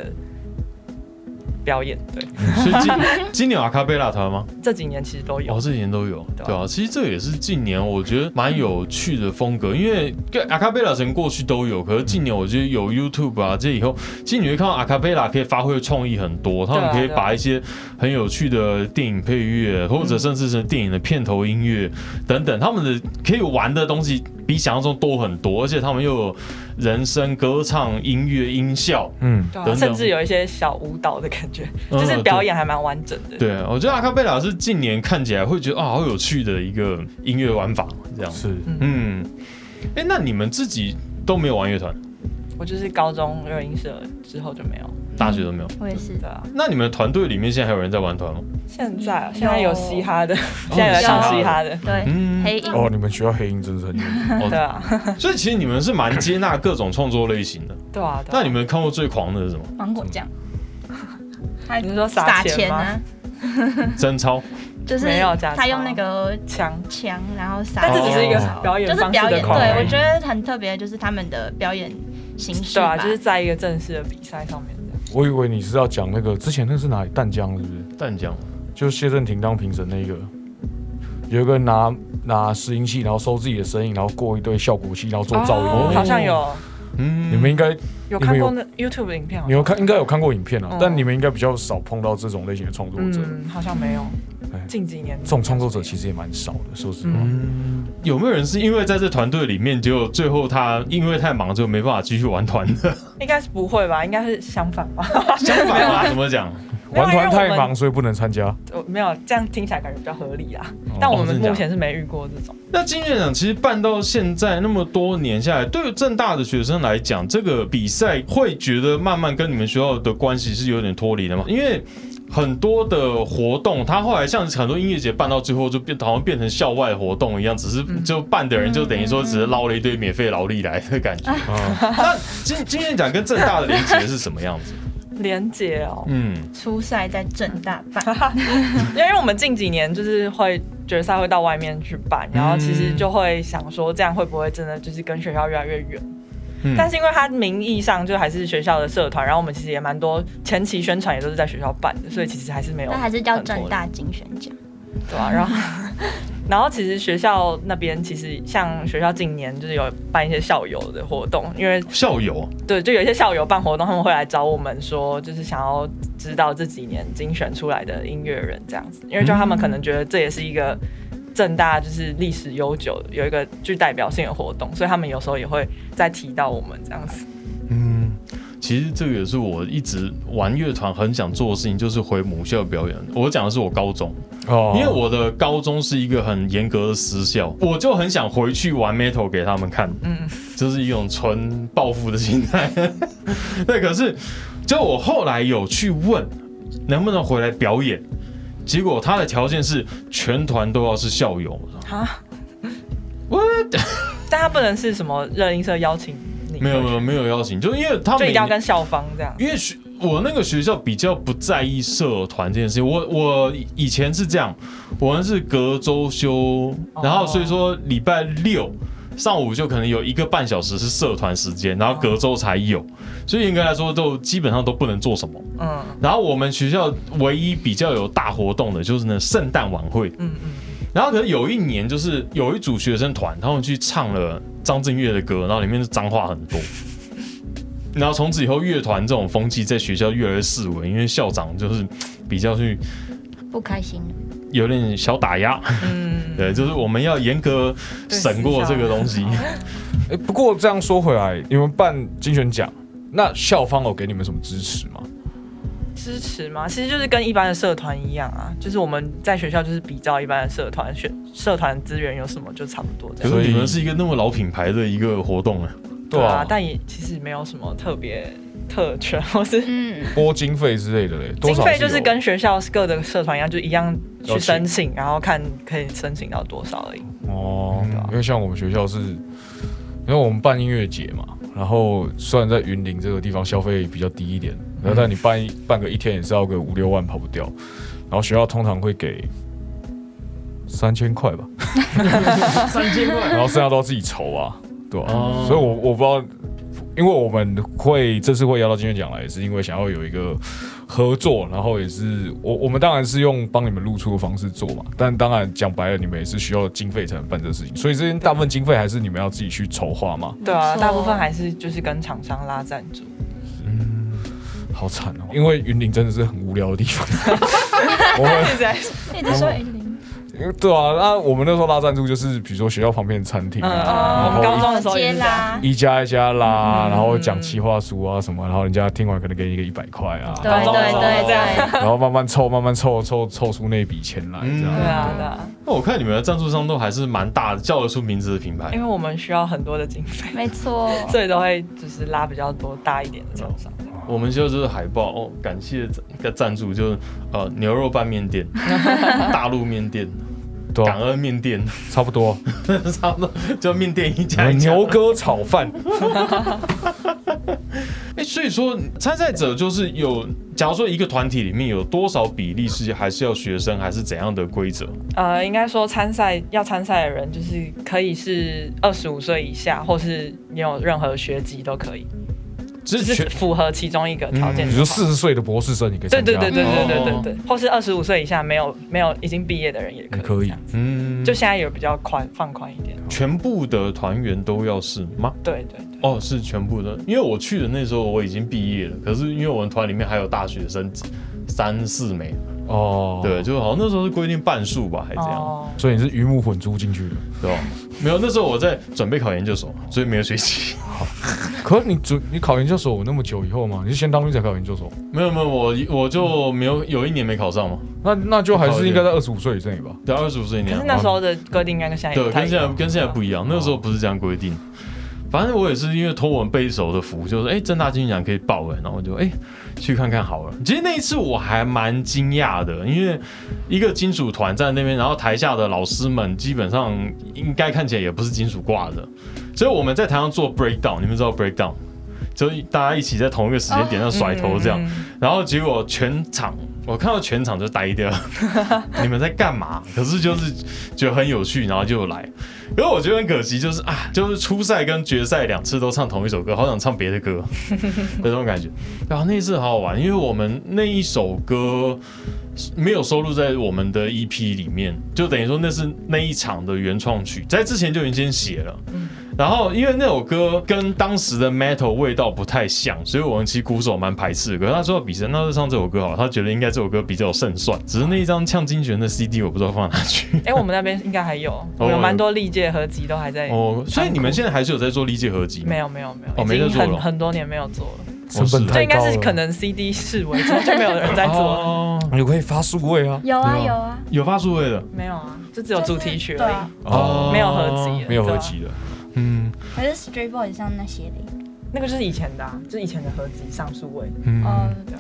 [SPEAKER 3] 表演。对，
[SPEAKER 1] 所以今今年有阿卡贝拉团吗？
[SPEAKER 3] 这几年其实都有
[SPEAKER 1] 哦，，这几年都有，
[SPEAKER 3] 对啊
[SPEAKER 1] 对啊。其实这也是近年我觉得蛮有趣的风格，因为阿卡贝拉从过去都有，可是近年我觉得有 YouTube 啊，这以后，其实你会看到阿卡贝拉可以发挥的创意很多，他
[SPEAKER 3] 对
[SPEAKER 1] 们
[SPEAKER 3] 啊
[SPEAKER 1] 可以
[SPEAKER 3] 对啊
[SPEAKER 1] 把一些很有趣的电影配乐，或
[SPEAKER 3] 嗯
[SPEAKER 1] 者甚至是电影的片头音乐等等，他们的可以玩的东西比想象中多很多，而且他们又有人声、歌唱、音乐、音效，
[SPEAKER 2] 嗯，
[SPEAKER 3] 对
[SPEAKER 1] 等
[SPEAKER 3] 啊，
[SPEAKER 1] 等
[SPEAKER 3] 甚至有一些小舞蹈的感觉，
[SPEAKER 1] 哦嗯
[SPEAKER 3] 就是表演还蛮完整的。
[SPEAKER 1] 对，我觉得阿卡贝拉是近年看起来会觉得啊、好有趣的一个音乐玩法，这样。
[SPEAKER 2] 是
[SPEAKER 1] 嗯，哎、那你们自己都没有玩乐团，
[SPEAKER 3] 我就是高中热音社之后就没有，
[SPEAKER 1] 大学都没有？
[SPEAKER 4] 我也是
[SPEAKER 3] 对啊。
[SPEAKER 1] 那你们团队里面现在还有人在玩团吗？
[SPEAKER 3] 现在啊
[SPEAKER 4] 有
[SPEAKER 3] 现在有嘻哈
[SPEAKER 1] 哦
[SPEAKER 3] 的， [LAUGHS] 现在有在唱嘻哈的，
[SPEAKER 4] 对
[SPEAKER 1] 嗯
[SPEAKER 4] 黑影
[SPEAKER 2] 哦，你们学校黑鹰真是很有名，
[SPEAKER 3] 哎对
[SPEAKER 1] 哦，
[SPEAKER 3] 啊，
[SPEAKER 1] 所以其实你们是蛮接纳各种创作类型的。
[SPEAKER 3] 对啊。对啊
[SPEAKER 1] 那你们看过最狂的是
[SPEAKER 3] [LAUGHS]
[SPEAKER 1] 什么？
[SPEAKER 4] 芒果酱，他
[SPEAKER 3] 你是说撒
[SPEAKER 4] 撒
[SPEAKER 3] 钱
[SPEAKER 4] 钱
[SPEAKER 3] 吗
[SPEAKER 4] 啊，
[SPEAKER 1] 真超
[SPEAKER 4] 就是
[SPEAKER 3] 没有假钞
[SPEAKER 4] 他用那个
[SPEAKER 3] 强
[SPEAKER 4] 枪，然后撒
[SPEAKER 3] 但这
[SPEAKER 4] 钱，
[SPEAKER 3] 只是一个
[SPEAKER 1] 哦
[SPEAKER 3] 表演
[SPEAKER 4] 就是
[SPEAKER 3] 方式
[SPEAKER 4] 表
[SPEAKER 3] 的
[SPEAKER 4] 演，
[SPEAKER 3] 狂
[SPEAKER 4] 对
[SPEAKER 3] 欢
[SPEAKER 4] 我觉得很特别，就是他们的表演形式
[SPEAKER 3] 对
[SPEAKER 4] 吧，
[SPEAKER 3] 啊，就是在一个正式的比赛上面这样。
[SPEAKER 2] 我以为你是要讲那个之前那是哪里淡江是不是？
[SPEAKER 1] 淡江
[SPEAKER 2] 就是谢振廷当评审那个，有一个拿拿拾音器，然后收自己的声音，然后过一堆效果器，然后做噪音。
[SPEAKER 3] 哦
[SPEAKER 1] 哦
[SPEAKER 3] 好像有
[SPEAKER 1] 嗯
[SPEAKER 2] 你们应该
[SPEAKER 3] 有
[SPEAKER 2] 你
[SPEAKER 3] 看
[SPEAKER 2] 们
[SPEAKER 3] 过
[SPEAKER 2] 有
[SPEAKER 3] 那 YouTube 影片吗？
[SPEAKER 2] 你们看应该有看过影片啊，
[SPEAKER 3] 哦
[SPEAKER 2] 但你们应该比较少碰到这种类型的创作者。
[SPEAKER 3] 嗯，好像没有
[SPEAKER 2] 哎。
[SPEAKER 3] 近几年
[SPEAKER 2] 这种创作者其实也蛮少的，说实话。
[SPEAKER 1] 嗯，有没有人是因为在这团队里面，就最后他因为太忙，就没办法继续玩团
[SPEAKER 3] [LAUGHS]
[SPEAKER 1] 的？
[SPEAKER 3] 应该是不会吧？应该是相反吧？ [LAUGHS]
[SPEAKER 1] 相反吧，怎么讲？
[SPEAKER 2] 玩团
[SPEAKER 3] 因为
[SPEAKER 2] 太
[SPEAKER 3] 我们
[SPEAKER 2] 忙，所以不能参
[SPEAKER 3] [LAUGHS]
[SPEAKER 2] 加。
[SPEAKER 3] 我没有这样听起来感觉比较合理啊。
[SPEAKER 2] 哦
[SPEAKER 3] 但我们
[SPEAKER 1] 真的假的
[SPEAKER 3] 目前是没遇过这种。
[SPEAKER 1] 那金院长其实办到现在那么多年下来，对于正大的学生来讲，这个比赛会觉得慢慢跟你们学校的关系是有点脱离的嘛？因为很多的活动，它后来像很多音乐节办到最后就变，好像变成校外活动一样，只是就办的人就等于说只是捞了一堆免费劳力来的感觉。
[SPEAKER 2] 啊，
[SPEAKER 1] 那金金院长跟正大的连结是什么样子？
[SPEAKER 3] 连结哦，
[SPEAKER 1] 嗯，
[SPEAKER 4] 初赛在正大
[SPEAKER 3] [LAUGHS]
[SPEAKER 4] 办，
[SPEAKER 3] 因为我们近几年就是会决赛会到外面去办，然后其实就会想说这样会不会真的就是跟学校越来越远？
[SPEAKER 1] 嗯
[SPEAKER 3] 但是因为它名义上就还是学校的社团，然后我们其实也蛮多前期宣传也都是在学校办的，所以其实还是没有
[SPEAKER 4] 嗯那
[SPEAKER 3] 很脱离。
[SPEAKER 4] 还是叫正大精选奖。
[SPEAKER 3] 对啊，
[SPEAKER 4] [LAUGHS]
[SPEAKER 3] 然后然后其实学校那边其实像学校近年就是有办一些校友的活动，因为
[SPEAKER 1] 校友
[SPEAKER 3] 对，就有一些校友办活动，他们会来找我们说，就是想要知道这几年精选出来的音乐人这样子，因为就他们可能觉得这也是一个。正大就是历史悠久，有一个具代表性的活动，所以他们有时候也会再提到我们这样子。
[SPEAKER 1] 嗯，其实这个也是我一直玩乐团很想做的事情，就是回母校表演。我讲的是我高中，
[SPEAKER 2] 哦
[SPEAKER 1] 因为我的高中是一个很严格的私校，我就很想回去玩 metal 给他们看，
[SPEAKER 3] 嗯，
[SPEAKER 1] 这是一种纯报复的心态。 [LAUGHS] 对，可是就我后来有去问能不能回来表演，结果他的条件是全团都要是校友。我说
[SPEAKER 3] 啊，
[SPEAKER 1] 我
[SPEAKER 3] [LAUGHS] 但他不能是什么热音社邀请你，
[SPEAKER 1] 没有没有没有邀请，就因为他
[SPEAKER 3] 就
[SPEAKER 1] 们
[SPEAKER 3] 一定要跟校方这样。
[SPEAKER 1] 因为学我那个学校比较不在意社团这件事情，我我以前是这样，我们是隔周休，然后所以说礼拜六。上午就可能有一个半小时是社团时间，然后隔周才有，所以严格来说都基本上都不能做什么。
[SPEAKER 3] 嗯
[SPEAKER 1] 然后我们学校唯一比较有大活动的就是呢圣诞晚会，
[SPEAKER 3] 嗯嗯，
[SPEAKER 1] 然后可是有一年，就是有一组学生团，他们去唱了张震岳的歌，然后里面的脏话很多。 [LAUGHS] 然后从此以后，乐团这种风气在学校越来越式微，因为校长就是比较去
[SPEAKER 4] 不开心了，
[SPEAKER 1] 有点小打压， [LAUGHS]
[SPEAKER 3] 嗯，
[SPEAKER 1] 对，就是我们要严格审过这个东西。
[SPEAKER 2] 哎，不过这样说回来，你们办金选奖，那校方有给你们什么支持吗？
[SPEAKER 3] 支持吗？其实就是跟一般的社团一样啊，就是我们在学校就是比较一般的社团，选社团资源有什么就差不多这
[SPEAKER 1] 可
[SPEAKER 3] 样。
[SPEAKER 2] 所
[SPEAKER 1] 是
[SPEAKER 2] 以
[SPEAKER 1] 你们是一个那么老品牌的一个活动啊，
[SPEAKER 3] 但也其实没有什么特别特权， [LAUGHS] 或是
[SPEAKER 4] 嗯，
[SPEAKER 2] 拨经费之类的嘞，多
[SPEAKER 3] 经
[SPEAKER 2] 少
[SPEAKER 3] 费就是
[SPEAKER 2] 有
[SPEAKER 3] 跟学校各的社团一样，就一样
[SPEAKER 2] 要
[SPEAKER 3] 去
[SPEAKER 2] 去
[SPEAKER 3] 申请，然后看可以申请到多少而已。
[SPEAKER 2] 哦
[SPEAKER 3] 对啊，
[SPEAKER 2] 因为像我们学校是，因为我们办音乐节嘛，然后虽然在云林这个地方消费比较低一点，
[SPEAKER 3] 嗯
[SPEAKER 2] 然后但你办一办个一天也是要个五六万跑不掉，然后学校通常会给三千块吧，
[SPEAKER 1] 三千块
[SPEAKER 2] 然后剩下都要自己筹啊，对吧、
[SPEAKER 1] 哦
[SPEAKER 2] 所以我我不知道，因为我们会这次会邀到金乐奖来，也是因为想要有一个合作，然后也是我我们当然是用帮你们露出的方式做嘛，但当然讲白了，你们也是需要经费才能办这个事情，所以这些大部分经费还是你们要自己去筹划嘛，
[SPEAKER 3] [LAUGHS] 对啊，
[SPEAKER 4] 没错
[SPEAKER 3] 大部分还是就是跟厂商拉赞助。
[SPEAKER 2] 嗯好惨哦，因为云林真的是很无聊的地方， [LAUGHS] 我们
[SPEAKER 4] 一直说 H 零，
[SPEAKER 2] 因为对啊，那我们那时候拉赞助就是比如说学校旁边的餐厅
[SPEAKER 3] 嗯，
[SPEAKER 2] 啊。
[SPEAKER 3] 我们高中的时候也
[SPEAKER 4] 接
[SPEAKER 3] 是这样。
[SPEAKER 4] 啦，
[SPEAKER 2] 一家一家拉，然后讲企划书啊什么，然后人家听完可能给你一个一百块啊，
[SPEAKER 4] 对对对对，
[SPEAKER 2] 然后慢慢凑，慢慢凑，凑凑出那笔钱来，这样。
[SPEAKER 1] 嗯
[SPEAKER 3] 对啊，对啊，
[SPEAKER 1] 那我看你们的赞助商都还是蛮大的，叫得出名字的品牌
[SPEAKER 3] 因。为我们需要很多的经费， [LAUGHS]
[SPEAKER 4] 没错，
[SPEAKER 3] 所以都会就是拉比较多大一点的厂商。
[SPEAKER 1] 我们就是海报哦，感谢一个赞助，就是呃牛肉拌面店、大陆面店、
[SPEAKER 2] 对
[SPEAKER 1] 感
[SPEAKER 2] 啊，
[SPEAKER 1] 恩面店， [LAUGHS]
[SPEAKER 2] 差不多。哎
[SPEAKER 1] 差不多就面店一家一家。
[SPEAKER 2] 牛哥炒饭，
[SPEAKER 1] 哎、所以说参赛者就是有，假如说一个团体里面有多少比例是还是要学生，还是怎样的规则？
[SPEAKER 3] 呃，应该说参赛要参赛的人，就是可以是二十五岁以下，或是你有任何学籍都可以，
[SPEAKER 1] 就
[SPEAKER 3] 就是是
[SPEAKER 1] 全
[SPEAKER 3] 符合其中一个
[SPEAKER 1] 嗯
[SPEAKER 3] 条件
[SPEAKER 2] 啊你
[SPEAKER 3] 就
[SPEAKER 2] 说
[SPEAKER 3] 好。
[SPEAKER 2] 四十岁的博士生，你可以
[SPEAKER 3] 对
[SPEAKER 2] 参加。
[SPEAKER 3] 对对对对对
[SPEAKER 1] 哦
[SPEAKER 3] 对对，或是二十五岁以下没有没有已经毕业的人也可以
[SPEAKER 2] 也可以
[SPEAKER 3] 这样子
[SPEAKER 1] 嗯，
[SPEAKER 3] 就现在有比较宽放宽一点。
[SPEAKER 1] 全部的团员都要是吗？
[SPEAKER 3] 对对对，
[SPEAKER 1] 哦，是全部的，因为我去的那时候我已经毕业了，可是因为我们团里面还有大学生三四枚，
[SPEAKER 2] 哦，
[SPEAKER 1] 对，，就好像那时候是规定半数吧，还这样，
[SPEAKER 3] 哦
[SPEAKER 2] 所以你是鱼目混珠进去的。
[SPEAKER 1] 对吧？没有，那时候我在准备考研究所，所以没有学习。 [LAUGHS]
[SPEAKER 2] 可是你准你考研究所那么久以后嘛，你是先当兵才考研究所？
[SPEAKER 1] 没有没有，我我就没有有一年没考上嘛，
[SPEAKER 2] 那那就还是应该在二十五岁以内吧？
[SPEAKER 1] 对，二十五岁那
[SPEAKER 3] 可
[SPEAKER 1] 年
[SPEAKER 3] 是。那时候的规定应该跟现在也
[SPEAKER 1] 嗯哦对，
[SPEAKER 3] 不太
[SPEAKER 1] 跟
[SPEAKER 3] 一
[SPEAKER 1] 现在
[SPEAKER 3] 样。
[SPEAKER 1] 跟现在不一样，那个时候不是这样规定。反正我也是因为托我们背手的福，就是哎，诶正大金奖可以报哎，然后我就哎去看看好了。其实那一次我还蛮惊讶的，因为一个金属团在那边，然后台下的老师们基本上应该看起来也不是金属挂的，所以我们在台上做 breakdown，你们知道 breakdown，就是大家一起在同一个时间点上甩头这样，
[SPEAKER 3] 嗯
[SPEAKER 1] 然后结果全场，我看到全场就呆掉，你们在干嘛？可是就是觉得很有趣，然后就来。因为我觉得很可惜，就是啊，就是初赛跟决赛两次都唱同一首歌，好想唱别的歌，有这种感觉。然后那一次好好玩，因为我们那一首歌没有收录在我们的 EP 里面，就等于说那是那一场的原创曲，在之前就已经先写了。然后因为那首歌跟当时的 metal 味道不太像，所以我们其实鼓手蛮排斥的。可是他说比赛，那就唱这首歌好了，他觉得应该这首歌比较有胜算。只是那一张呛金泉的 CD 我不知道放哪去。
[SPEAKER 3] 哎，我们那边应该还
[SPEAKER 1] [LAUGHS]
[SPEAKER 3] 有，
[SPEAKER 1] 哦
[SPEAKER 3] 我有蛮多历届合集都还在。
[SPEAKER 1] 哦，所以你们现在还是有在做历届合集吗？
[SPEAKER 3] 没有没有没有，
[SPEAKER 1] 哦没
[SPEAKER 3] 已经
[SPEAKER 1] 在做了
[SPEAKER 3] 很很多年没有做了，
[SPEAKER 2] 成本
[SPEAKER 3] 就
[SPEAKER 2] 太
[SPEAKER 3] 应
[SPEAKER 2] 高
[SPEAKER 3] 该
[SPEAKER 2] 了。
[SPEAKER 3] 是可能 CD 视为主，就没有人在做了。
[SPEAKER 1] 哦，
[SPEAKER 2] 你可以发数位啊，
[SPEAKER 4] 有啊
[SPEAKER 2] 对吧
[SPEAKER 4] 有啊，
[SPEAKER 1] 有发数位的
[SPEAKER 3] 没有啊，就只有主题曲
[SPEAKER 4] 对
[SPEAKER 3] 而
[SPEAKER 4] 啊
[SPEAKER 3] 已，
[SPEAKER 2] 哦，
[SPEAKER 3] 没有合集了，
[SPEAKER 2] 没有合
[SPEAKER 3] 对啊，
[SPEAKER 2] 集的。
[SPEAKER 1] 嗯
[SPEAKER 4] 还是 Street Boys 上那些的，
[SPEAKER 3] 那个就是以前的，啊，就是以前的合集上数位。
[SPEAKER 4] 哦
[SPEAKER 1] 嗯。，
[SPEAKER 4] 对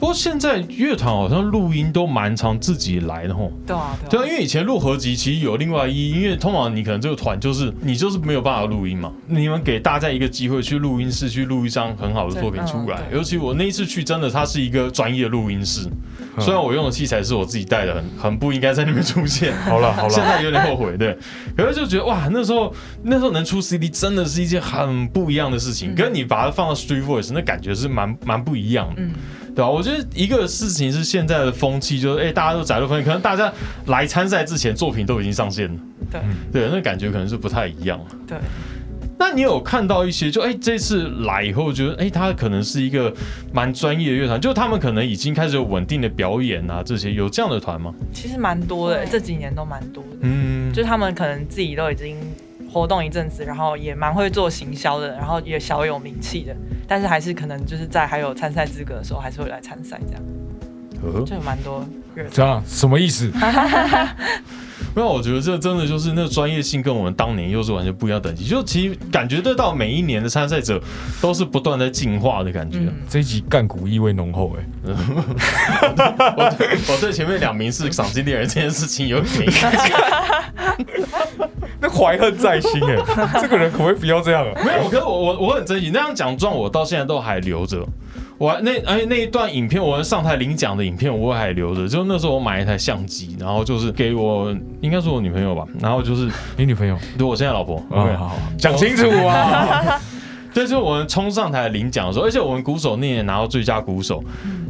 [SPEAKER 1] 不过现在乐团好像录音都蛮常自己来的吼。
[SPEAKER 3] 对啊
[SPEAKER 1] 对啊，
[SPEAKER 3] 对
[SPEAKER 1] 因为以前录合集其实有另外一，因为通常你可能这个团就是你就是没有办法录音嘛，你们给大家一个机会去录音室去录一张很好的作品出来
[SPEAKER 3] 嗯。对
[SPEAKER 1] 尤其我那一次去，真的它是一个专业录音室，
[SPEAKER 2] 嗯
[SPEAKER 1] 虽然我用的器材是我自己带的，很很不应该在那边出现。
[SPEAKER 2] 好了
[SPEAKER 1] [LAUGHS]
[SPEAKER 2] 好 [LAUGHS]
[SPEAKER 1] 现
[SPEAKER 2] 了，
[SPEAKER 1] 在有点后悔，对。可是就觉得哇，那时候那时候能出 CD 真的是一件很不一样的事情，
[SPEAKER 3] 嗯
[SPEAKER 1] 跟你把它放到 Street Voice 那感觉是蛮蛮不一样的，
[SPEAKER 3] 嗯
[SPEAKER 1] 对吧、我觉得一个事情是现在的风气，就是哎、大家都窄路分，可能大家来参赛之前作品都已经上线了，
[SPEAKER 3] 对
[SPEAKER 1] 对，那感觉可能是不太一样。
[SPEAKER 3] 对，
[SPEAKER 1] 那你有看到一些就哎、这次来以后觉得哎、他可能是一个蛮专业的乐团，就他们可能已经开始有稳定的表演啊，这些有这样的团吗？
[SPEAKER 3] 其实蛮多的，
[SPEAKER 4] 对
[SPEAKER 3] 这几年都蛮多的，
[SPEAKER 1] 嗯，
[SPEAKER 3] 就是他们可能自己都已经活动一阵子，然后也蛮会做行销的，然后也小有名气的，但是还是可能就是在还有参赛资格的时候，还是会来参赛这样，
[SPEAKER 1] 呃
[SPEAKER 3] 就有蛮多乐团。
[SPEAKER 2] 这样什么意思？
[SPEAKER 1] 没有，我觉得这真的就是那个专业性跟我们当年又是完全不一样的等级，就其实感觉得到每一年的参赛者都是不断在进化的感觉。
[SPEAKER 3] 嗯
[SPEAKER 2] 这一集干股意味浓厚哎、
[SPEAKER 1] [LAUGHS] 我对我对前面两名是赏金猎人这件事情有点意见，
[SPEAKER 2] [LAUGHS] 那怀恨在心哎、 [LAUGHS] 这个人可不可以不要这样啊？
[SPEAKER 1] 没有，可是我我我很珍惜那样奖状，我到现在都还留着。我还那而且那一段影片，我上台领奖的影片我还留着。就那时候我买一台相机，然后就是给我应该是我女朋友吧，然后就是
[SPEAKER 2] 你女朋友
[SPEAKER 1] 对我现在老婆。
[SPEAKER 2] 啊
[SPEAKER 1] OK，，
[SPEAKER 2] 好好讲清楚 [LAUGHS] 啊！
[SPEAKER 1] 对，就是我们冲上台领奖的时候，而且我们鼓手那年拿到最佳鼓手，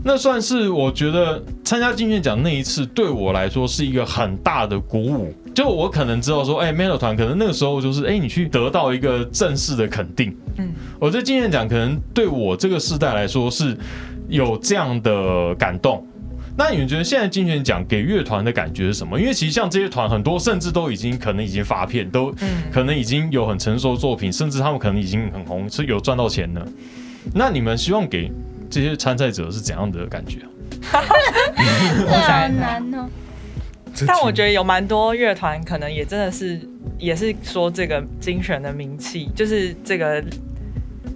[SPEAKER 1] 那算是我觉得参加金选奖那一次对我来说是一个很大的鼓舞。就我可能知道说，哎、m e l o 团可能那个时候就是，哎、你去得到一个正式的肯定。
[SPEAKER 3] 嗯，
[SPEAKER 1] 我觉得金选奖可能对我这个世代来说是有这样的感动。那你们觉得现在金选奖给乐团的感觉是什么？因为其实像这些团很多，甚至都已经可能已经发片，都
[SPEAKER 3] 嗯，
[SPEAKER 1] 可能已经有很成熟的作品，甚至他们可能已经很红，是有赚到钱的。那你们希望给这些参赛者是怎样的感觉？
[SPEAKER 4] 这好难哦。
[SPEAKER 3] [LAUGHS] 但我觉得有蛮多乐团可能也真的是，也是说这个精选的名气，就是这个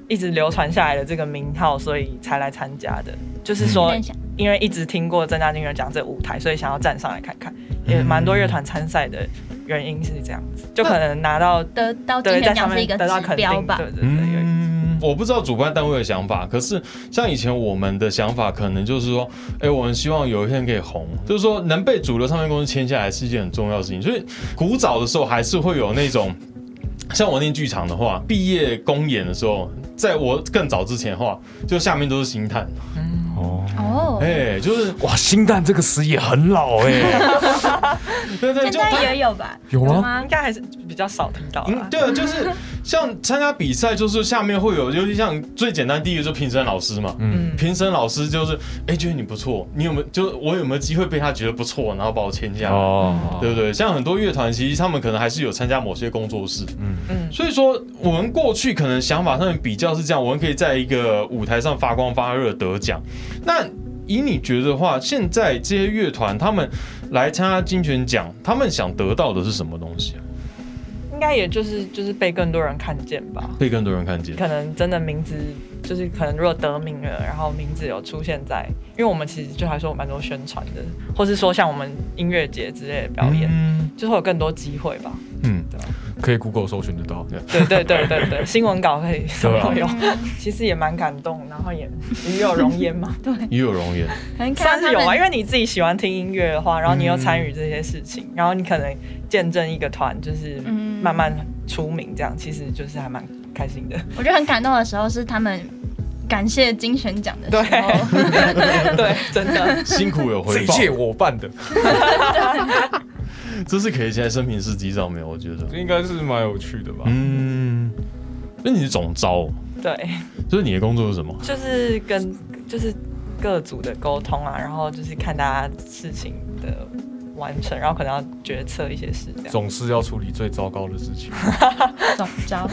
[SPEAKER 3] 一直流传下来的这个名号，所以才来参加的。就是
[SPEAKER 4] 有
[SPEAKER 3] 说
[SPEAKER 4] 点，想
[SPEAKER 3] 因为一直听过郑家金人讲这舞台，所以想要站上来看看。也
[SPEAKER 4] 嗯
[SPEAKER 3] 蛮多乐团参赛的原因是这样子，就可能拿到
[SPEAKER 4] 得到金
[SPEAKER 3] 对在
[SPEAKER 4] 选
[SPEAKER 3] 上
[SPEAKER 4] 奖是
[SPEAKER 3] 面
[SPEAKER 4] 一个
[SPEAKER 3] 得到肯
[SPEAKER 4] 指标
[SPEAKER 3] 定，
[SPEAKER 4] 吧
[SPEAKER 3] 对？对对，有一
[SPEAKER 1] 嗯，我不知道主办单位的想法，可是像以前我们的想法，可能就是说，哎、我们希望有一天可以红，就是说能被主流唱片公司签下来是一件很重要的事情。所以古早的时候还是会有那种，像我念剧场的话，毕业公演的时候，在我更早之前的话，就下面都是星探，
[SPEAKER 2] 哦，
[SPEAKER 4] 哦
[SPEAKER 1] 哎、，就是
[SPEAKER 2] 哇，星蛋这个词也很老哎、
[SPEAKER 1] 对对，
[SPEAKER 4] 现
[SPEAKER 1] 就他
[SPEAKER 4] 在也有吧？
[SPEAKER 2] [LAUGHS] 有吗？
[SPEAKER 3] 应该还是比较少听到
[SPEAKER 1] 嗯
[SPEAKER 3] 啦，。
[SPEAKER 1] 对啊，就是像参加比赛，就是下面会有，尤其像最简单第一个就是评审老师嘛。
[SPEAKER 2] 嗯，
[SPEAKER 3] 嗯，
[SPEAKER 1] 评审老师就是，哎，觉得你不错，你有没有就我有没有机会被他觉得不错，然后把我签下来，
[SPEAKER 2] 哦，
[SPEAKER 1] 对不对？像很多乐团，其实他们可能还是有参加某些工作室，
[SPEAKER 3] 嗯
[SPEAKER 1] 所以说我们过去可能想法上面比较是这样，我们可以在一个舞台上发光发热得奖。那以你觉得的话，现在这些乐团他们来参加金曲奖，他们想得到的是什么东西啊？
[SPEAKER 3] 应该也就是就是被更多人看见吧。
[SPEAKER 1] 被更多人看见。
[SPEAKER 3] 可能真的名字就是可能如果得名了，然后名字有出现在，因为我们其实就还说有蛮多宣传的，或是说像我们音乐节之类的表演，
[SPEAKER 1] 嗯
[SPEAKER 3] 就会有更多机会吧。
[SPEAKER 1] 嗯，
[SPEAKER 2] 可以 Google 搜寻得到。
[SPEAKER 3] 对对对对对，新闻稿可以什么
[SPEAKER 2] 对啊
[SPEAKER 3] 都有，其实也蛮感动，然后也与有荣焉嘛，
[SPEAKER 1] 与有容颜。
[SPEAKER 4] 可能看
[SPEAKER 3] 算
[SPEAKER 4] 到
[SPEAKER 3] 是有
[SPEAKER 4] 他
[SPEAKER 3] 啊，
[SPEAKER 4] 们
[SPEAKER 3] 因为你自己喜欢听音乐的话，然后你又参与这些事情，然后你可能见证一个团就是
[SPEAKER 4] 嗯
[SPEAKER 3] 慢慢出名，这样其实就是还蛮开心的。
[SPEAKER 4] 我觉得很感动的时候是他们感谢金选奖的时候，
[SPEAKER 3] 对，真的。
[SPEAKER 1] 辛苦有
[SPEAKER 2] 这
[SPEAKER 1] 回 [LAUGHS]
[SPEAKER 2] 一
[SPEAKER 1] 报，
[SPEAKER 2] 届我办的，
[SPEAKER 1] 这是可以写在生平事迹上面，我觉得。
[SPEAKER 2] 这应该是蛮有趣的吧？
[SPEAKER 1] 嗯，那你是总招，
[SPEAKER 3] 对，
[SPEAKER 1] 就是你的工作是什么？
[SPEAKER 3] 就是跟就是各组的沟通啊，然后就是看大家事情的完成，然后可能要决策一些事这样。
[SPEAKER 2] 总是要处理最糟糕的事情，
[SPEAKER 4] 总招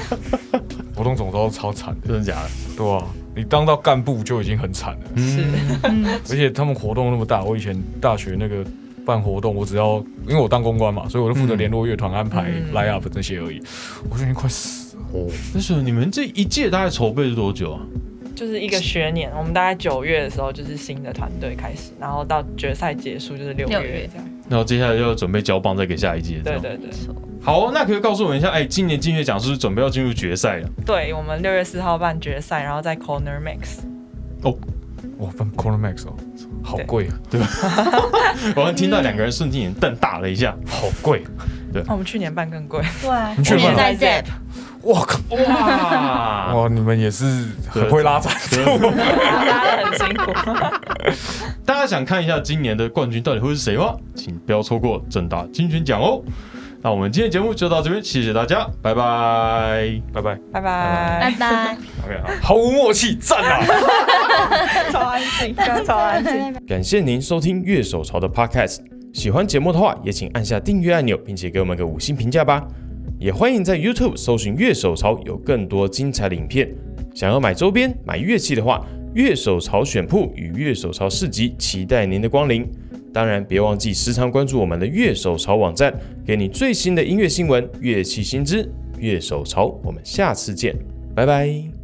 [SPEAKER 2] 活动总招超惨的，
[SPEAKER 1] 真的假的？
[SPEAKER 2] 对啊，你当到干部就已经很惨了，
[SPEAKER 3] 是，
[SPEAKER 4] 嗯，
[SPEAKER 2] 而且他们活动那么大，我以前大学那个办活动，我只要因为我当公关嘛，所以我就负责联络乐团、安排
[SPEAKER 3] 嗯
[SPEAKER 2] line up 这些而已，我就已经快死了。
[SPEAKER 1] 哦，那时候你们这一届大概筹备是多久啊？
[SPEAKER 3] 就是一个学年，我们大概九月的时候就是新的团队开始，然后到决赛结束就是 [LAUGHS] 六
[SPEAKER 4] 六月
[SPEAKER 3] 这样。
[SPEAKER 1] 然后接下来就要准备交棒，再给下一届。这
[SPEAKER 3] 对
[SPEAKER 1] 样。
[SPEAKER 3] 对对
[SPEAKER 4] 没，错，
[SPEAKER 1] 好，那可以告诉我们一下，哎，今年金曲奖是不是准备要进入决赛了？啊
[SPEAKER 3] 对我们六月四号办决赛，然后在 Corner Max。
[SPEAKER 2] 哇，办 Corner Max 哦，好贵啊，
[SPEAKER 1] 我刚听到两个人瞬间眼瞪大了一下。
[SPEAKER 2] 好贵！
[SPEAKER 3] 哦我们去年办更贵，
[SPEAKER 4] 对啊，
[SPEAKER 2] 你去
[SPEAKER 4] 去
[SPEAKER 2] 过
[SPEAKER 3] [LAUGHS]
[SPEAKER 4] 年
[SPEAKER 2] 吗
[SPEAKER 4] 在 Zep，
[SPEAKER 2] 嗯哇靠！
[SPEAKER 1] 哇！
[SPEAKER 2] 哇，你们也是很会拉赞助。 [LAUGHS]
[SPEAKER 3] 大家很辛苦。
[SPEAKER 1] [LAUGHS] 大家想看一下今年的冠军到底会是谁吗？请不要错过正大金曲奖哦。那我们今天节目就到这边，谢谢大家，拜拜。
[SPEAKER 2] 拜拜，
[SPEAKER 3] [LAUGHS] 拜
[SPEAKER 4] [LAUGHS] 拜
[SPEAKER 3] 拜，
[SPEAKER 4] 拜，
[SPEAKER 1] OK，好。
[SPEAKER 2] 毫无默契，赞啊！
[SPEAKER 3] 超安 [LAUGHS] 静，刚刚超安静。
[SPEAKER 1] 感谢您收听乐手潮的 Podcast。喜欢节目的话，也请按下订阅按钮，并且给我们个五星评价吧。也欢迎在 YouTube 搜寻乐手潮，有更多精彩的影片。想要买周边、买乐器的话，乐手潮选铺与乐手潮市集期待您的光临。当然，别忘记时常关注我们的乐手潮网站，给你最新的音乐新闻、乐器新知。乐手潮，我们下次见，拜拜。